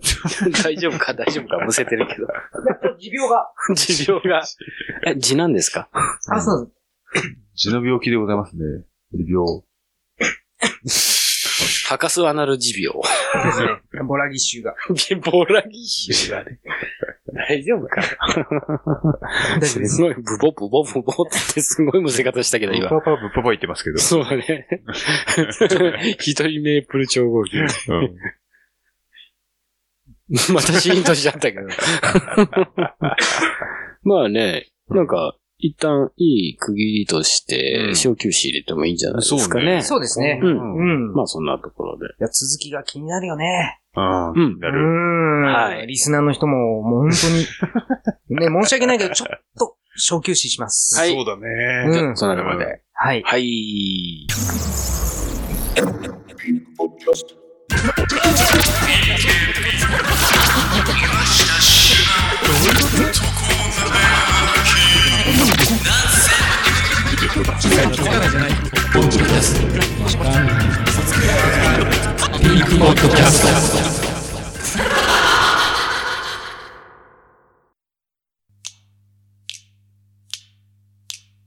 S3: 大丈夫か、大丈夫か、むせてるけ ど。
S7: 持病が。
S3: 持病が。え、痔なんですか
S7: あ、そうです。
S2: 血の病気でございますね。持病。
S3: 博士アナル持病。
S7: ボラギッシュが。
S3: ボラギシュがね。大丈夫か
S7: 大丈夫です。
S3: すごい、ブボブボブボってすごいむせ方したけど、
S2: ブ
S3: 今。
S2: パパブパパ言ってますけど。
S3: そうだね。 一人メープル調合金。
S2: うん
S3: またシーンとしちゃったけど。 まあね、なんか、一旦いい区切りとし
S2: う
S3: て、
S2: ん
S3: 小休止入れてもいいんじゃないですか
S2: そうね
S3: ね。
S7: そうですね。
S3: う
S7: うんん。うん。
S3: まあそんなところで。
S7: いや、続きが気になるよね。
S2: うん。
S3: うん。
S2: や
S7: うー
S2: る。
S7: ん。
S3: はい
S7: リスナーの人も、もう本当に。ね、申し訳ないけど、ちょっと、小休止します。
S3: はい
S2: そうだ
S7: う
S2: ね。
S7: ん。
S3: そんなところで。
S7: はい。
S3: はい。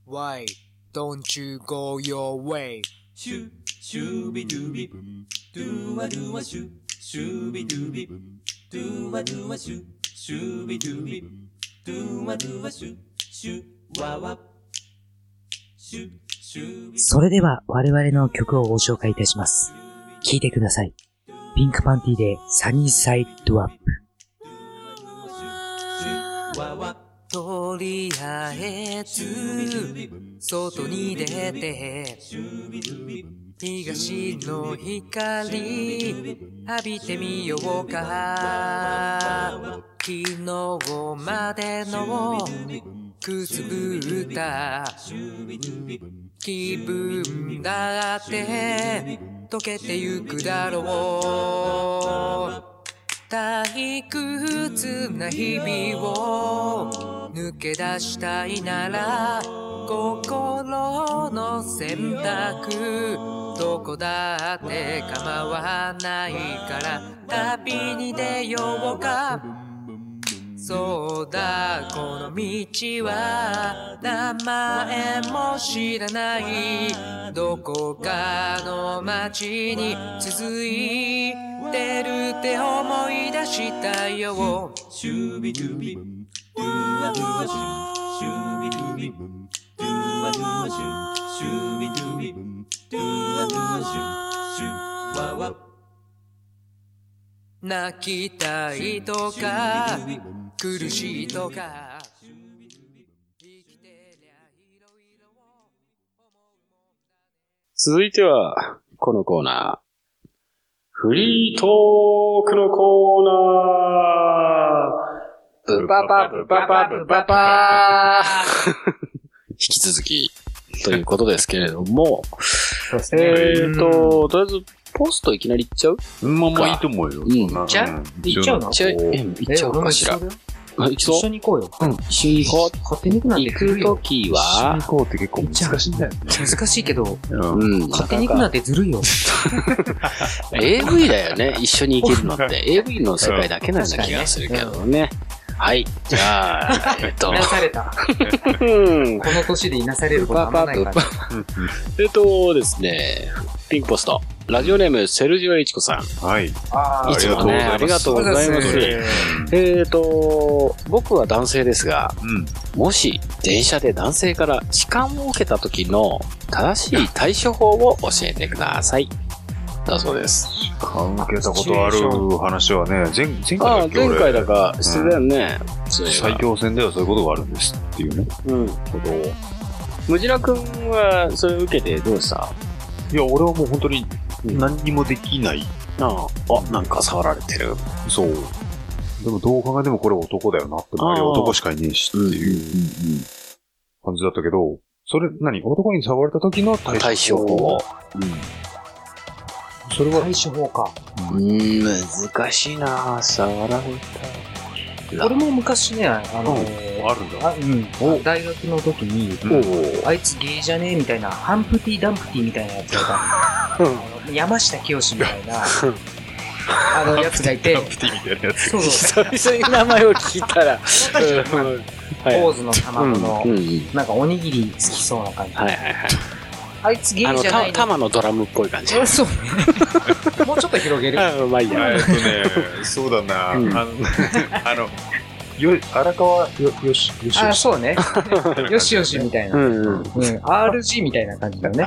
S5: Why don't you go your way?
S8: シュシュビドゥビドゥワドゥワシュシュビドゥビドゥワドゥワシュシュビドゥビドゥワドゥワシュシュワワシュシュビ
S9: それでは我々の曲をご紹介いたします。聴いてください。ピンクパンティでサニーサイドアップ。
S5: とりあえず、外に出て、東の光、浴びてみようか。昨日までのくすぶった気分だって溶けてゆくだろう。退屈な日々を抜け出したいなら心の選択どこだって構わないから旅に出ようかそうだこの道は名前も知らないどこかの街に続いてるって思い出したよ
S8: シュビドゥビドゥワドゥワシュシュビドゥビドゥワドゥワシュシュビドゥビドゥワドゥワシュシュワワ
S5: 泣きたいとか苦しいとか生きてりゃいろいろ
S3: 続いては、このコーナー。フリートークのコーナーブパパブパパブパパ 引き続き、ということですけれども、
S7: そうですね。
S3: えーと、とりあえず、ポストいきなり行っちゃう
S2: うんまあまあいいと思うよ。
S3: うん
S2: そな
S3: 行っちゃう
S2: うん
S7: 行っちゃうの
S2: 一応なんかこう
S3: 行っちゃおうかしら。あ、行き
S6: 一
S3: そ
S6: 緒
S3: う
S6: に行こうよ。
S3: 一緒に行こう。
S6: 勝手に行くなんて
S3: 行くときは、
S2: 行こうって結構難しいんだよね。
S6: 難しいけど、
S2: うん
S3: うん。
S6: 勝手に行くなん
S3: か
S6: てずるいよ。
S3: なか AV だよね。一緒に行けるの って。AV の世界だけなような気がするけどね。はい。じゃあ、えっと
S6: い、なされた。
S3: うん
S6: この年でいなされることはあんまないから。
S3: えっとですね、ピンクポスト。ラジオネーム、セルジオエチコさん。
S2: はい。
S6: あ
S3: い
S6: ー
S3: つもね、あ
S2: あ
S3: り
S2: り
S3: が
S2: が
S3: と
S2: と
S3: う
S2: う
S3: ご
S2: ご
S3: ざ
S2: ざ
S3: い
S2: い
S3: ま
S2: ます
S3: す。えっと、僕は男性ですが、
S2: うん。
S3: もし電車で男性から痴漢を受けた時の正しい対処法を教えてください。だそうです。
S2: 関係たことある話はね、前前回
S3: ああ、
S2: だっけ俺
S3: 前回だから、してたよね。そういえば
S2: 最強戦ではそういうことがあるんですっていうね。
S3: うん。
S2: ことを
S3: ムジラ君は、それを受けてどうした
S2: いや、俺はもう本当に何にもできない。
S3: ああ、あなんか触られてる。
S2: そう。でもどう考えてもこれ男だよなって、周り
S3: あー
S2: 男しかいねえしっていう感じだったけど、それ何男に触れた時の対処
S3: 対処法。
S2: それは
S6: 対処法か。
S3: うーん、難しいなぁ、触られたら。
S6: 俺も昔ね、あの、
S2: あるんだ。
S6: あうん、大学の時に、
S2: うん
S6: あいつゲイじゃねえみたいな、ハンプティ・ダンプティみたいなやつがいた。あの山下清みたいな、あのやつがいて、
S2: プティみたいなやつ。
S6: そうそう、
S3: 久々に名前を聞いたら、うん
S6: ポーズの卵の、
S3: うんうん
S6: なんかおにぎり好きそうな感じ。
S3: はいはいはい。
S6: あいつゲイじ
S3: あ
S6: ゃ
S3: の、
S6: ない
S3: た、
S6: の
S3: 玉のドラムっぽい感じ。
S6: そうね。もうちょっと広げ る。
S3: あまあいいや。
S2: えっと ね、そうだな。あの、 あの、よ、荒川よ、よし、よし
S6: あ、
S2: よし。
S6: そうね。よしよしみたいな。
S3: う
S6: うん
S3: んうん。
S6: RG みたいな感じだね。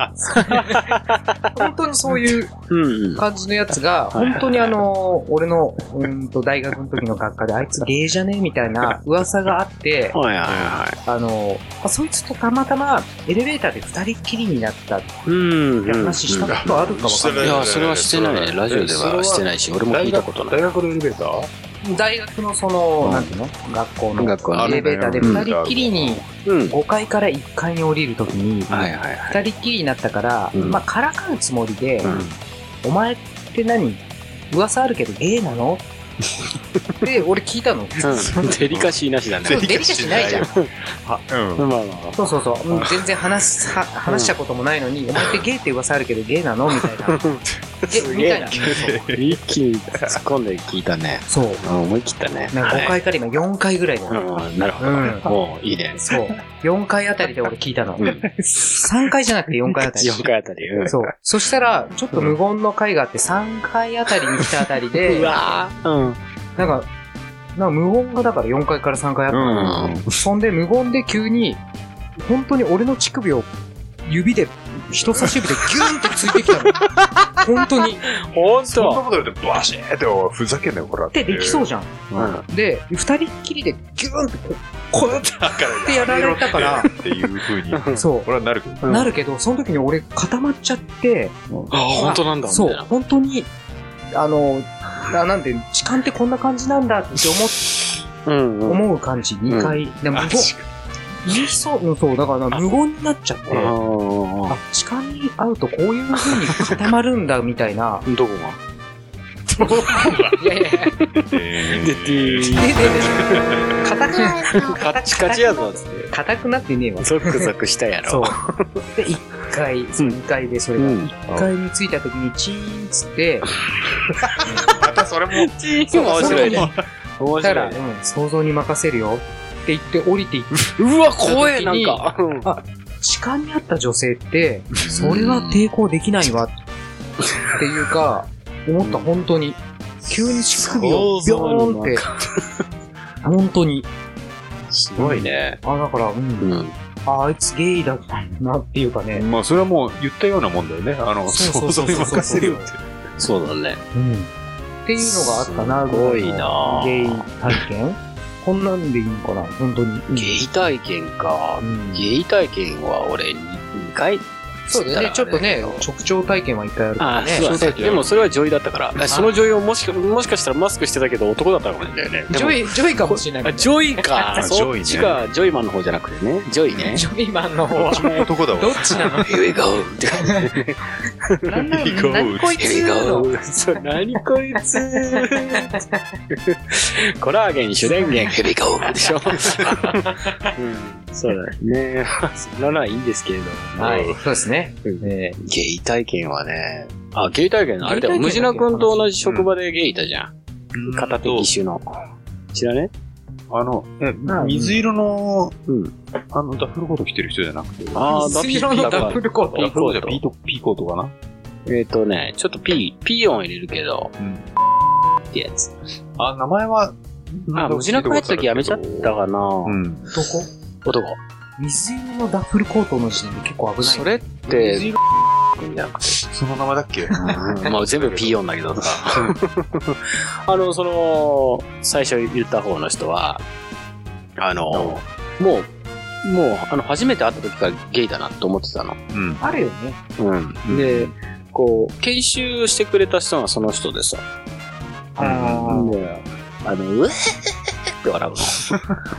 S6: 本当にそういう
S3: うんうん。
S6: 感じのやつが、本当にあの、俺の、うーんと、大学の時の学科で、あいつゲイじゃねえみたいな噂があって、
S3: はいはいは
S6: あの、あそいつとたまたまエレベーターで二人っきりになったって
S3: い。うんうん。
S6: 話したことあるかわかんない
S3: いや、それはしてない。ラジオではしてないし、俺も聞いたことない。
S2: 大学のエレベーター
S6: 大学のその、なんていうの学校の
S3: 学校の
S6: エレベーターで二人っきりに
S3: うん。
S6: 5階から1階に降りるときに、
S3: はいはいはい。
S6: 二人っきりになったから、
S3: うん
S6: まあ、からかうつもりで、
S3: うん
S6: お前って何噂あるけどゲイ なのって俺聞いたの。
S3: うん。デリカシーなしだね。
S6: デリカシーないじゃん。
S2: あ、うん。
S3: まあまあ
S6: そうそうそう。うん全然話す、は話したこともないのに、お前ってゲイって噂あるけどゲイなのみたいな。 え、みたいな。
S3: まあ。一気に突っ込んで聞いたね。
S6: そう。
S3: うん思い切ったね。
S6: なんか
S3: はい
S6: 5回から今4回ぐらいだよ。
S3: うん、なるほど。
S6: うん
S3: もういいね。
S6: そう。4回あたりで俺聞いたの。
S3: うん。
S6: 3回じゃなくて4回あたり。
S3: 4回あたり。うん
S6: そう。そしたら、ちょっと無言の回があって、3回あたりに来たあたり で、
S3: うわぁ。うん。
S6: なんか、なんか無言がだから4回から3回あったの、そんで無言で急に、本当に俺の乳首を指で、人差し指でギュンってついてきたの。 本当に。っ
S3: ほん
S2: そんな
S3: と
S2: こと言ってバシーってふざけんなよ、これ。って
S6: できそうじゃん。
S2: うん。
S6: で、二人っきりでギュンってこう、こうやって
S2: だから
S6: やられたから
S2: っていうふうに、こ
S6: そ
S2: れはなるけど。
S6: う。なるけど、その時に俺固まっちゃって、
S3: あ、ほんとなんだ。
S6: そ
S3: み
S6: う
S3: たい、
S6: 本当に、あの、ななんで、痴漢ってこんな感じなんだって思
S3: な。うん うん。
S6: っ思う感じ、二回。でも無言、言いそう、うんそう、だからな無言になっちゃって、
S3: あ
S6: あ、痴漢に会うとこういう風に固まるんだ、みたい な。
S3: ーどこが
S6: いやいやいや、で
S2: え
S3: でてー
S6: でで硬くな
S3: カッチカチやぞっつって。
S6: 硬くなってねえわ。
S3: ゾクゾクしたやろ。
S6: そう。で、一回、2回でそれが、
S3: うん
S6: 一回に着いた時にチーンっつって、
S2: またそれも、
S3: 面白いね。面
S6: だか
S3: 白
S6: ら、
S3: いね。
S6: うん想像に任せるよって言って降りていって、
S3: うわ、怖え、なんか。
S6: 痴漢にあった女性って、それは抵抗できないわっていうか、思った、本当に。急に乳首をビョーンって、本当に。
S3: すごいね。
S6: あ、だから、うん。
S3: うん。
S6: ああいつゲイだったんだなっていうかね。
S2: まあそれはもう言ったようなもんだよね。あの、想像に任せるよって。
S3: そうだね。
S6: うん。っていうのがあったな、
S3: すごいな
S6: ゲイ体験こんなんでいいのかな本当に。
S3: ゲイ体験か
S6: う。ん
S3: ゲイ体験は俺2回、
S6: そうだよね。ちょっとね、直腸体験は一回ある。
S3: ああ、そうだね。でもそれは女医だったから、その女医をもしか、もしかしたらマスクしてたけど男だったかもしれないよね。
S6: ジョイ、ジョイかもしれな
S3: あ、
S6: い。
S3: ジョイか。
S10: あジョイ
S3: そ
S10: ね
S3: っちが、ジョイマンの方じゃなくてね。ジョイね。
S6: ジョイマンの方は。
S10: 男だ
S6: ど
S10: わ。
S6: っち なの
S3: ヒ e ゴーって感じ。
S6: なんなの何こいつ
S3: Here we
S6: の
S3: go! そう、何こいつ コラーゲン、主電源、Here we go! でしょ、うん、そうだね。そんなのはいいんですけれど。
S6: はい。そうですね。えー
S3: ゲイ体験はね。あ、ゲイ体験あれだよ。
S6: ゲイ体験
S3: ムジナ君と同じ職場でゲイいたじゃん。
S2: うん
S3: 片手義手の。知らね
S2: あの、え水色の、あの、ダッフルコート着てる人じゃなくて。
S3: あー、
S6: 水色のダブ
S3: ル。
S6: ルコー
S2: ダッフ
S6: ト。
S2: ルコートじゃピート、ピーコートかな
S3: えっ、とね、ちょっと P、P 音入れるけど、
S2: うん
S3: ってやつ。
S2: あ、名前は、
S3: あ、ムジナ君やった時やめちゃったかな、
S2: うん。
S6: どこ
S3: 男。
S6: 水色のダッフルコートの時点で結構危ない。
S3: それって、
S2: 水色
S3: じゃなくて
S2: その名前だっけ
S3: まあ全部 P4 だけどさ。 あの、その、最初言った方の人は、あの、もう、もう、あの、初めて会った時からゲイだなと思ってたの。
S2: うん。
S6: あるよね。
S3: うん。で、こう、研修してくれた人がその人でさ。
S6: あ
S3: であの、うえって笑うの。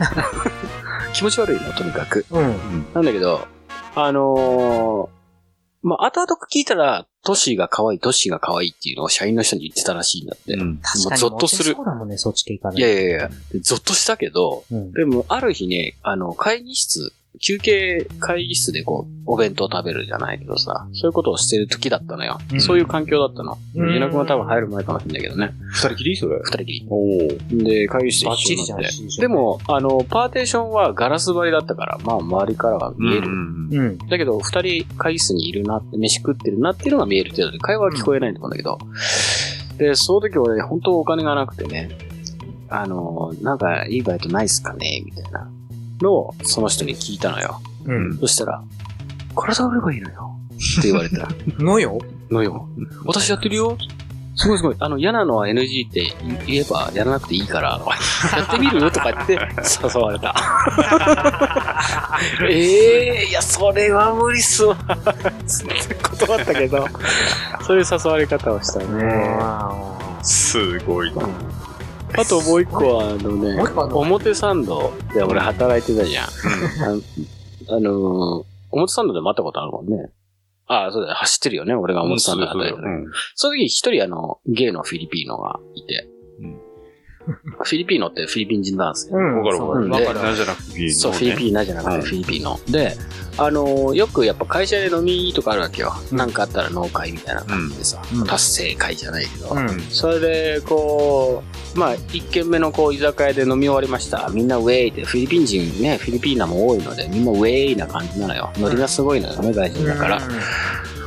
S3: 気持ち悪いの、とにかく。
S6: ーうん。
S3: なんだけど、あのーまあ、後々聞いたら、トシが可愛い、トシが可愛いっていうのを社員の人に言ってたらしいんだって。
S2: うん。
S6: 確かに。
S3: ゾッとする
S6: そうだもんね、そっち系かね。
S3: いやいやいや、でゾッとしたけど、
S6: うん。
S3: でもある日ね、あの、会議室、休憩会議室でこう、お弁当食べるじゃないけどさ、そういうことをしてる時だったのよ。
S6: うん
S3: そういう環境だったの。
S6: うん
S3: ゆなくんは多分入る前かもしれないけどね。
S2: 二人きりそれ。
S3: 二人き
S2: おお。
S3: り。で、会議室
S6: バッ
S3: 一緒
S6: チリ
S3: に
S6: じ
S3: な
S6: ゃ
S3: っ
S6: ん
S3: て。。
S6: で
S3: で、も、あの、パーテーションはガラス張りだったから、まあ、周りからは見える。
S2: うん。
S6: うん。
S3: だけど、二人会議室にいるなって、飯食ってるなっていうのが見える程度で、会話は聞こえないと思うんだけど、で、その時俺、ね、本当お金がなくてね、あの、なんか、いいバイトないっすかねみたいなのを、その人に聞いたのよ。
S6: うん。
S3: そしたら、体売ればいいのよ。って言われた
S6: のよ
S3: のよ。私やってるよ。すごいすごい。あの、嫌なのは NG って言えばやらなくていいから、 やってみるとか言って誘われ た。ええいや、それは無理っすわ。つって断ったけど、そういう誘われ方をしたね。
S6: あ
S2: すごい。
S3: あともう一個は、あのね、
S6: もう一個あんの
S3: 表参道で俺働いてたじゃん。あの、あのー表参道で待ったことあるもんね。ああ、そうだよ、走ってるよね、俺が表参道で働いてた時その時一人あの、ゲイのフィリピーノがいて。
S2: うん
S3: フィリピーノってフィリピン人なんですよ。
S6: うん。
S2: わかるわかる。
S3: わかる
S2: なんじゃなくて、
S3: そう、フィリピーナじゃなく
S2: うん
S3: てフィリピーノ。で、あのーよくやっぱ会社で飲みとかあるわけよ。なんかあったら農会みたいな感じでさ、
S6: うん
S3: 達成会じゃないけど。
S6: うん。
S3: それで、こう、まあ、一軒目のこう、居酒屋で飲み終わりました。みんなウェイって、フィリピン人ね、フィリピーナも多いので、みんなウェイな感じなのよ。ノリがすごいのよね、外人だから。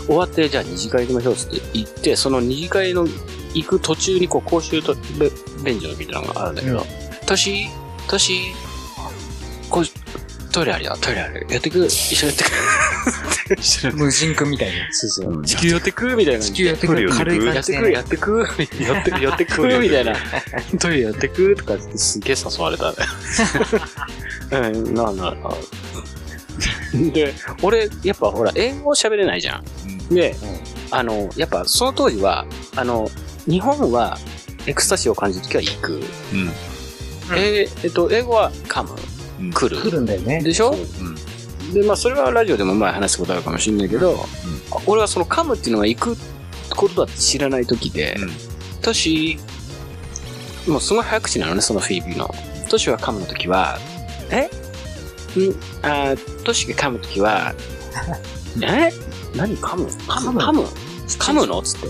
S3: 終わって、じゃあ二次会行きましょうっつって言って、その二次会の行く途中にこう公衆とべ便所みたいなのがあるんだけど、トシ、トシ、こうトイレあるよ、トイレあるよ。やってく、一緒にや ってく。一緒にやって
S6: 無人君みたいな。
S3: く。そうそう。地球やってくみたいな感
S6: 地
S3: じ
S6: 球やってくる軽い
S3: や
S6: 感
S3: っ
S6: じ
S3: て
S6: で
S3: く、
S6: ね。
S3: やってく、やって、やってく、みたいな。トイレやってくとかってすげえ誘われたね。うん、なんだろう。 で、俺、やっぱほら、英語喋れないじゃん。で、あの、やっぱその当時は、あの、日本はエクスタシーを感じるときは行く。えーえっと、英語は噛む、
S2: うん
S3: 来
S6: 来
S3: る。
S6: るんだよね。
S3: でしょ
S2: うん
S3: で、まあ、それはラジオでも前話したことあるかもしれないけど、俺はその噛むっていうのが行くことだって知らない時で、
S2: うん
S3: トシ、もうすごい早口なのね、そのフィリピンの。トシが噛むの時は、えんあートシが噛む時 は、え何噛む噛む噛む噛むのつって。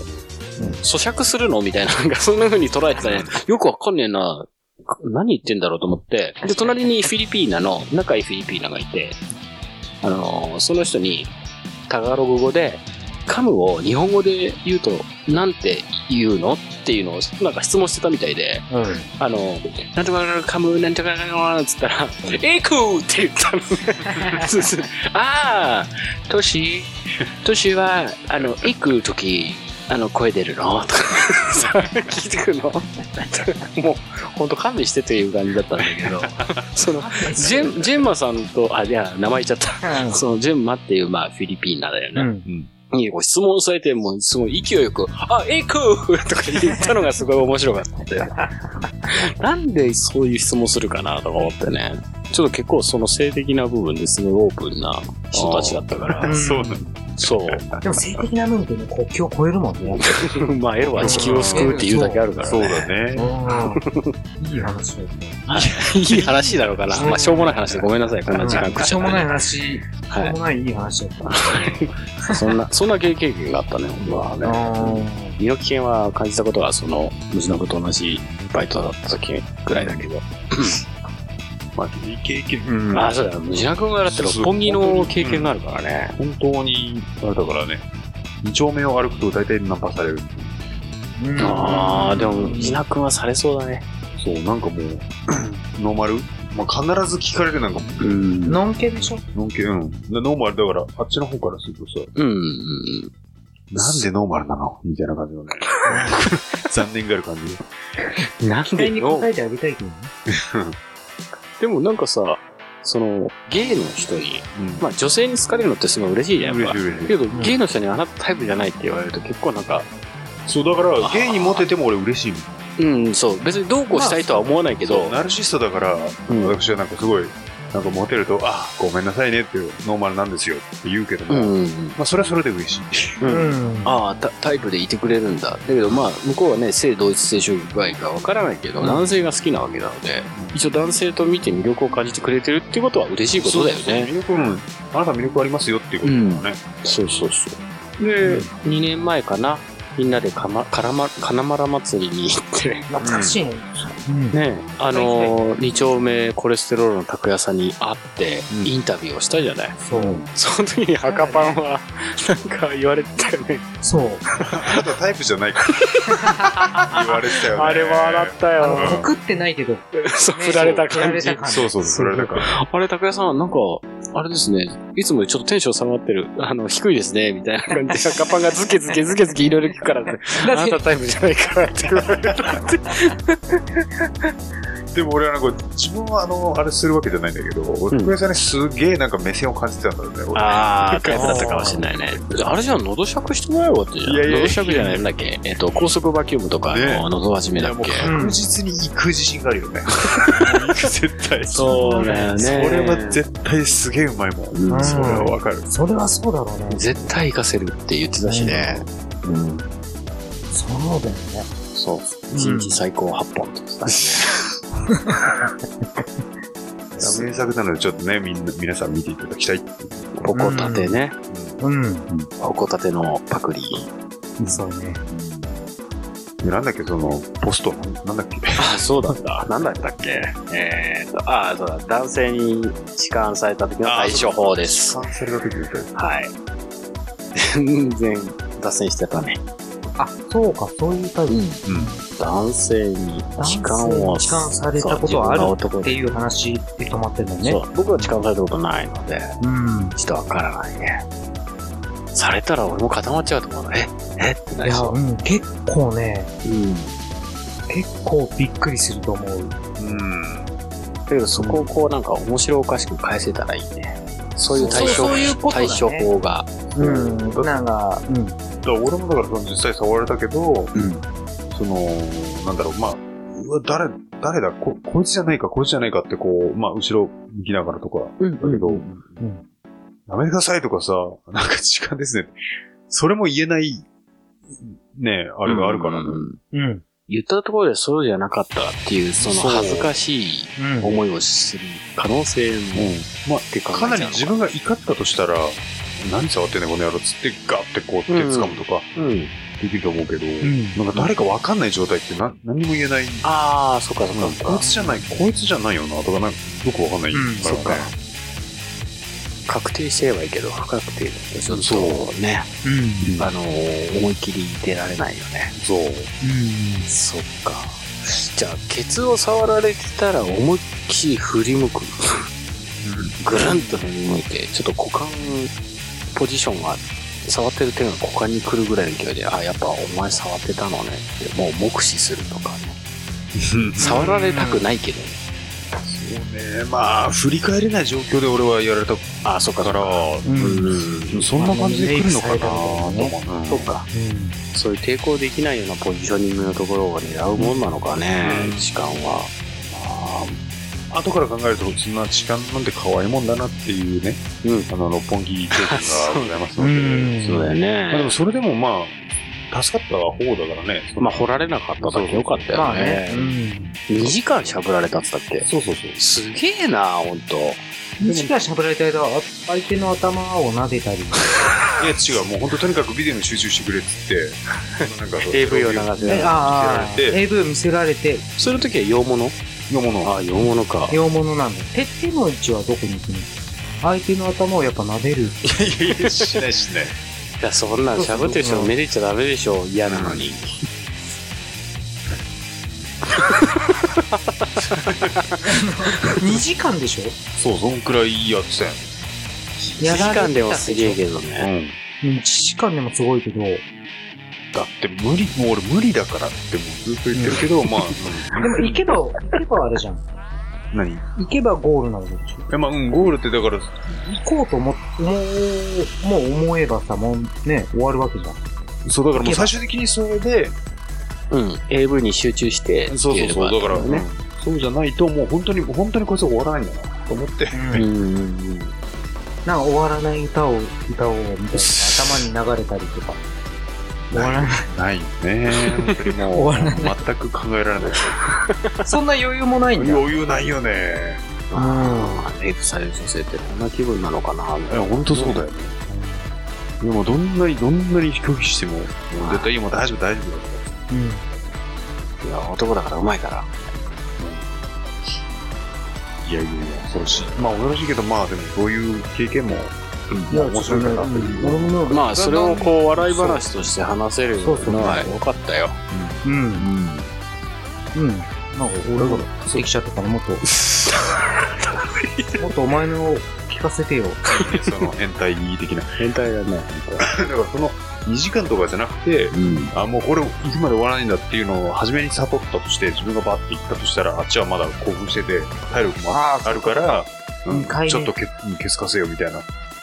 S3: 咀嚼するのみたいな、なんかそんな風に捉えてた ね。よくわかんねえな。何言ってんだろうと思って。で、隣にフィリピーナの、仲いいフィリピーナがいて、あのーその人に、タガログ語で、カムを日本語で言うと、なんて言うのっていうのを、なんか質問してたみたいで、
S6: うん。
S3: あのーなんとかカム、なんとかカム、っつったら、エイクーって言った のね。そうそうああ、トシ、トシは、あの、行くとき、あの、声出るのとか、さ聞いてくるの もう、ほんと勘弁してという感じだったんだけど、その、ジェン、ジェンマさんと、あ、じゃあ、名前言っちゃった。その、ジェンマっていう、まあ、フィリピーナだよね。にご質問されて、もうすごい勢いよく、あ、エイクー とか言ったのがすごい面白かったんで。 なんでそういう質問するかなとか思ってね。ちょっと結構その性的な部分ですごいオープンな人たちだったから。
S2: そうなんだ。
S3: そう。
S6: でも性的な面でね、国境を超えるもんね。
S3: まあ、エロは地球を救うっていうだけあるから、
S2: そうだね。
S6: いい話だよ。
S3: いい話なのかな。まあ、しょうもない話でごめんなさい、こんな時 間食っ
S6: し
S3: ちゃ
S6: ょ
S3: っ
S6: う
S3: た
S6: も
S3: ね、
S6: ない話、しょう
S3: は
S6: もないいい話だった。
S3: い。そんな、そんな経験があったね、まあね。身の危険は感じたことは、その、無事の子と同じバイトだった時ぐらいだけど。
S2: まあ、いい経験。うん
S3: あ、そうだ、ムジナ君がだって六本木の経験があるからね。
S2: 本当に、あれだからね、二丁目を歩くと大体ナンパされる。
S3: ああ、でも、ムジナ君はされそうだね。
S2: そう、なんかもう、 ノーマルまあ、必ず聞かれるなんか、
S3: うん。
S6: ノンケでしょ
S2: ノンケ、うん。でノーマルだから、あっちの方からするとさ、
S3: うんうん。
S2: なんでノーマルなのみたいな感じのね。 残念がある感じ。
S3: なん
S6: 期待
S3: で
S6: に
S3: の
S6: 応えてあげたいけどね。
S3: でもなんかさ、その、ゲイの人に、まあ女性に好かれるのってすごい嬉しいじゃん、やっぱ。
S2: い嬉し
S3: けど、ゲイの人にあなたタイプじゃないって言われると結構なんか、
S2: い。そう、だから、ゲイにモテても俺嬉しいみたいな。
S3: うん、そう、別にどうこうしたいとは思わないけど、
S2: ナルシストだから、
S3: うん
S2: 私はなんかすごい、なんかモテると、あ、ごめんなさいねっていう、ノーマルなんですよって言うけど
S3: う
S2: も、
S3: ん。
S2: まあ、それはそれで嬉しい。
S3: うん
S6: ん。
S3: ああタタイプでいてくれるんだだけどまあ向こうはね性同一性障害かわからないけど、男性が好きなわけなので一応男性と見て魅力を感じてくれてるってことは嬉しいことだよね
S2: 魅力うんあなた魅力ありますよっていうことだよね。
S3: そうそうそうで、2年前かなみんなでかまからま金丸祭りに行って
S6: 懐かしいね。
S3: ねあのー、2丁目コレステロールの拓也さんに会って
S2: うん
S3: インタビューをしたじゃない、
S6: そう。
S3: その時に赤パンはなんか言われてたよね
S6: そう。
S2: あなたタイプじゃないから。言われてたよね。
S3: あれは笑った
S6: あ
S3: よ
S6: の、告ってないけど、
S3: そう振られた
S6: 振ら
S3: 感
S6: れ
S3: じ
S6: た感じ。
S2: そうそうそう、それだから。
S3: あれ、拓也さん、なんか、あれですね、いつもよりちょっとテンション下がってる、あの、低いですね、みたいな感 じで、赤パンがズケズケズケズケいろいろ聞くからね、あ なたタイプじゃないからって言われたって。
S2: でも俺はなんか、自分はあの、あれするわけじゃないんだけど、俺、福井さんにすげえなんか目線を感じてたんだろうね、俺。
S3: ああ、タイプだったかもしれないね。あれじゃん、喉尺してもらえばよかったじゃん。
S2: いやいやいや
S3: 喉尺じゃないなんだっけえっと、高速バキュームとか、
S2: ね
S3: あの喉始め
S2: い
S3: だ
S2: や
S3: っ
S2: もう
S3: け
S2: 確実に行く自信があるよね。絶対。
S3: そうだよね。
S2: それは絶対すげえうまいもん。
S3: うん
S2: それはわかる。
S6: それはそうだろうね。
S3: 絶対活かせるって言ってたしね。うん。
S6: そうだよね。
S3: そう。一日最高8本って言ってたしね。
S2: 名作なので、ちょっとね、みんな、皆さん見ていただきたい。
S3: ホコタテね。
S6: うん。
S3: ホコタテのパクリ。
S6: そうね。
S2: でなんだっけ、その、ポスト、なんだ っけ。
S3: あ、そうだ った。なんだったっけえーと、あ、そうだ。男性に痴漢された時の対処法です。
S2: 完成ができる
S3: はい。全然脱線してたね。
S6: あ、そうか、そういうタイプ。
S3: 男性に痴漢を。
S6: 男性に痴漢されたことはある
S3: そう自分が男
S6: って
S3: で
S6: いう話で止まってるもんね。
S3: そう。僕は痴漢されたことないので、
S6: うん。
S3: ちょっとわからないね。されたら俺も固まっちゃうと思うの。ええってないり
S6: や、
S3: そう。
S6: うん、結構ね、
S3: うん。
S6: 結構びっくりすると思う。
S2: うん。
S3: だけどそこをこうなんか面白おかしく返せたらいいね。そういう対処
S6: そうそういうことだ
S3: 対
S6: ね
S3: 処法が。
S6: うん、なんか、うん。
S2: だから俺もだからその実際触られたけど、その、なんだろう、まあ、うわ、誰、誰だ、こ、こいつじゃないか、こいつじゃないかってこう、まあ、後ろ向きながらとか、
S3: うん
S2: だけど、やめてくださいとかさ、なんか時間ですね。それも言えない、ね、あれがあるからね。
S6: うん。
S3: 言ったところでそうじゃなかったっていう、そ
S2: そ
S3: の
S2: う
S3: 恥ずかしい
S6: うん。
S3: 思いをする可能性も、まあ、って考
S2: か
S3: えちゃうの
S2: なり自分が怒ったとしたら、何触ってんねんこの野郎っつってガッてこう手掴むとか
S3: うん。
S2: できると思うけど、
S6: うん。
S2: なんか誰かわかんない状態ってな何も言えない。
S3: ああ、そっかそっ
S2: なん
S3: か
S2: かこいつじゃない、こいつじゃないよなとか、なんかよくわかんないからね。
S6: うん
S3: そっか。確定してればいいけど、不確定だとちょっ
S2: そ
S3: とね、
S2: うん
S3: あのー思いっきり出られないよね。
S2: そう。
S3: そっか。じゃあ、ケツを触られてたら思いっきり振り向く。ぐるんと振り向いて、ちょっと股間ポジションは触ってる手が股間に来るぐらいの勢いで、あ、やっぱお前触ってたのねって、もう目視するとか ね。触られたくないけどね。
S2: そうね、まあ、振り返れない状況で俺はやられたか
S3: あ、そっか、そっ
S2: ら、
S3: か。
S2: うん、そんな感じで来るのかなと思う。
S3: そっか。そういう抵抗できないようなポジショニングのところを狙うもんなのかね、時間は。
S2: あ後から考えると、そんな痴漢なんて可愛いもんだなっていうね、
S3: うん
S2: あの、六本木経験がございますの
S6: うん
S2: で、
S3: そうだよ
S2: まあ、でも
S3: ね。
S2: それでもまあ、助かった方だからね。
S3: まあ、掘られなかっただけよかった
S6: ま
S3: よ
S6: あね。う
S3: ね。
S6: ん。
S3: 2時間しゃぶられたって言ったっけ
S2: そうそうそう。
S3: すげえな、ほんと。
S6: しかしゃべられた間、あ相手の頭を撫でたり。
S2: いや、違う、もう本当とにかくビデオに集中してくれって言 って、なんかそう
S3: AV を流せな
S6: え
S3: い。
S6: あ
S2: 見
S6: あ、
S2: せられて
S6: AV を見せられて、
S3: その時は洋物
S2: のもの
S3: ああ、洋物か。
S6: 用物なんだ。てっぺんの位置はどこに行くの相手の頭をやっぱ撫でる。
S2: いやいや、しないしない。
S3: いや、そんなんしゃぶってる人めでちゃダメでしょ、嫌なのに。
S6: 2時間でしょ
S2: そう、そんくらいやってたよ。
S3: 1時間でもすげえ
S6: け
S3: けどね。
S2: うん。
S6: 1時間でもすごいけど、で
S2: だって無理、もう俺無理だからってもうずっと言ってるけど、まあ、
S6: も行けば、行けばあれじゃん。
S2: うん何
S6: 行けばゴールなわけでしょ
S2: え、まあ、うん、ゴールってだから、
S6: 行こうと思っもう、もう思えばさ、もうね、終わるわけじゃん。
S2: そうだからも
S6: 行け
S2: う
S6: ば
S2: 最終的にそれで、
S3: うん。AV に集中して。
S2: そうそうそう、だから
S3: ね
S2: ね、。そうじゃないともう本当に、本当にこいつは終わらないんだなと思って、
S3: うんうんうん。
S6: なんか終わらない歌を歌おうみたいな頭に流れたりとか。終わらない。
S2: ないね。もう、
S6: 終わ
S2: 全く考えられない。
S6: そんな余裕もないんだ。
S2: 余裕ないよね。
S3: ああ、レイプされる女性ってこんな気分なのかな、みた
S2: い
S3: い
S2: や、
S3: な。
S2: 本当そうだよね。でも、どんなに、どんなに拒否しても、もう絶対今大丈夫、大丈夫だか
S6: う
S3: い
S6: ん。
S3: や、男だからうまいから。
S2: ら。いやいやいや、恐ろしい。まあ、恐ろしいけど、まあ、でも、そういう経験も、うん、面白いかなという。
S6: 俺も
S3: まあ、それをこう、笑い話として話せる
S6: そうそう
S3: のは良かったよ。
S6: うん。
S2: うん。
S6: うん。なんか俺ができちゃったからもっと。もっとお前のを聞かせてよ。
S2: その変態的な。
S3: 変態だね。
S2: だからその2時間とかじゃなくて、
S3: うん。
S2: あ、もうこれいつまで終わらないんだっていうのを初めに悟ったとして、自分がバッて行ったとしたら、あっちはまだ興奮してて、体力もああるから、うん
S6: 二回目
S2: ちょっとけうん消すかせよみたいな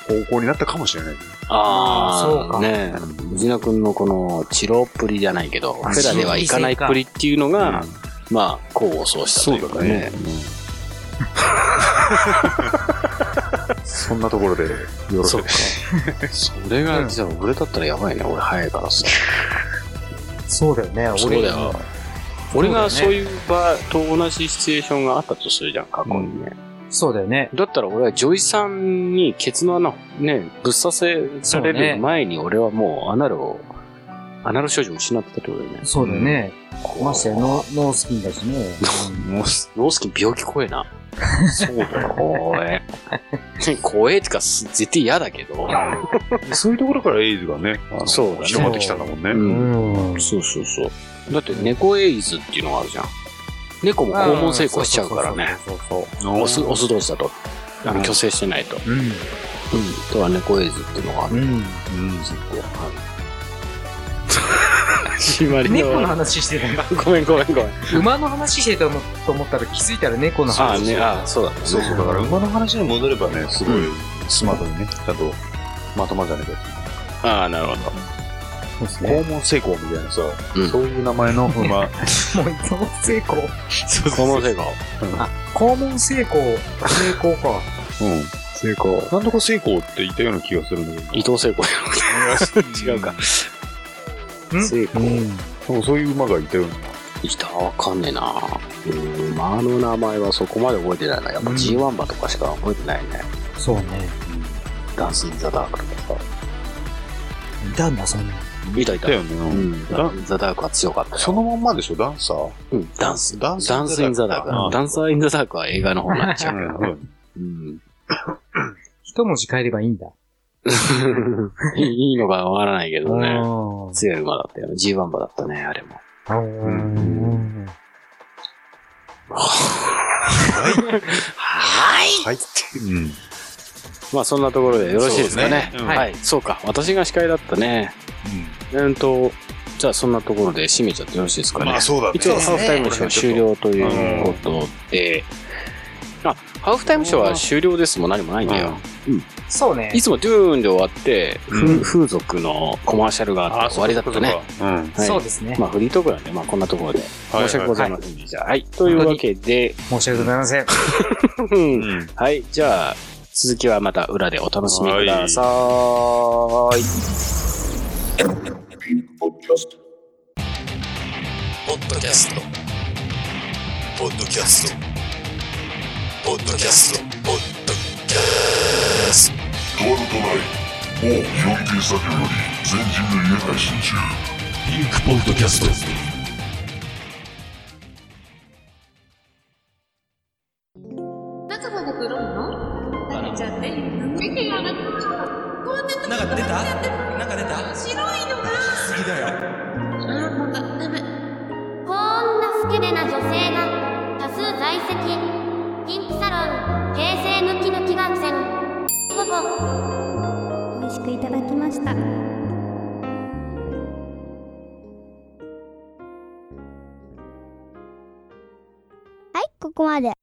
S2: 方向になったかもしれない。
S3: ああ、
S6: そうか
S3: ねえ。藤野くんのこの、チロっぷりじゃないけど、フェラでは行かないっぷりっていうのが、まあ、功を奏したというかね。
S2: そんなところでよろし
S3: そ。
S2: いう
S3: か。それが、じゃあ俺だったらやばいね。俺早いからさ。
S6: そうだよね、俺。
S3: そうだよ。俺がそういう場と同じシチュエーションがあったとするじゃん、過去にね。
S6: そうだよね。
S3: だったら俺はジョイさんにケツの穴をね、ぶっ刺せされ
S6: そうね
S3: る前に俺はもうアナルを、アナル少女を失ってたってことだよね。
S6: そうだよね。
S3: こう
S6: ましてやノーノースキンだしね。
S2: もうす
S3: ノースキン病気怖えな。そうだよ。怖え。怖えってか、す絶対嫌だけど。
S2: そういうところからエイズがね、あの
S3: そうだね
S2: 広まってきたんだもんね。
S3: うん
S6: ん。
S3: そうそうそう。だって猫エイズっていうのがあるじゃん。猫も肛門成功しちゃうからね。
S6: そうそうそう
S2: お
S3: オス、オス同士だと。あの、虚勢してないと。うん。とは猫エイズっていうのがある
S6: そう。うん。
S3: ずっと。締まりの
S6: 猫の話してた
S3: ごめんごめんごめん。
S6: 馬の話してたのと思ったら気づいたら猫の
S3: ああ
S6: 話。
S3: ね、ああ、そうだね。
S2: そうそう、だから馬の話に戻ればね、すごいスマートにね、ちゃんとまとまるじゃないか。
S3: ああ、なるほど。
S6: そうですね。
S2: 肛門成功みたいなさ、
S3: うん
S2: そういう名前の馬。
S6: もう肛門成功。
S3: この成功。
S6: 肛門成功。成功か。
S2: うん。成功。なんとか成功って言ったような気がするんだ
S3: 伊
S2: け
S3: 藤成功。
S2: ど。
S3: 違うか。。
S6: ん
S3: 成功。
S6: うん。
S2: そうそういう馬がいたような。
S3: いた、わかんねえな。うん、馬の名前はそこまで覚えてないな。やっぱ
S6: うん
S3: G1 馬とかしか覚えてないね。
S6: そうね。
S3: ダンス・イン・ザ・ダークとかさ。
S6: いたんだ、そんな。
S3: いたい
S2: い
S3: た。
S2: たよ
S3: う
S2: ね。
S3: ん、ダンス・イン・ザ・ダークは強かったよ。
S2: そのまんまでしょ、ダンサー。
S3: うん、ダンス。
S2: ダンス
S3: ダンス・イン・ザ・ダ
S2: あ
S3: ーク。ダンサー・イン・ザ・ダークは映画の方になっちゃうけど。うん。
S6: 一文字変えればいいんだ。
S3: いいいいのかわからないけどね。
S6: あ
S3: 強い馬だったよ。G1 馬だったね、あれも。
S6: あうん。
S2: はい。
S3: はい
S2: はい。うん。
S3: まあそんなところでよろしいですか
S2: そ
S3: ね。
S2: うですねうん
S3: はい。そうか。私が司会だったね。うんと、じゃあそんなところで締めちゃってよろしいですかね。
S2: まあそうだね。
S3: 一応ハーフタイムショー終了といううんことで、あ、ハーフタイムショーは終了ですもん何もないんだよ。
S6: そうね
S3: い。つもドゥーンで終わって、
S2: うん
S3: ふ風俗のコマーシャルがあって終わりだったね。。
S2: うん。はい
S3: はい
S6: そうですね。
S3: まあフリートークなんで、まあこんなところで。
S2: はい
S3: 申し訳ございませんでした。はい。というわけで、
S6: 申し訳ございません。
S3: うん
S2: うん
S3: はい。じゃあ、続きはまた裏でお楽しみください。
S10: ポッドキャスト。ポッドキャスト。ポッドキャスト。ポッドキャスト。
S11: ワールドラインを表現作業より全人類へ配信中
S10: ピンクポッドキャスト。
S12: 中まで来るのだけちゃんね、見てやらない。こうやってとこ
S4: なんか出たなんか出た
S12: 白いのが。
S4: 次だよ
S12: あー、また、ダメ。こんなスケベな女性が多数在籍。ピンクサロン、平成抜き抜き学生。ここ。美味しくいただきました。
S13: はい、ここまで。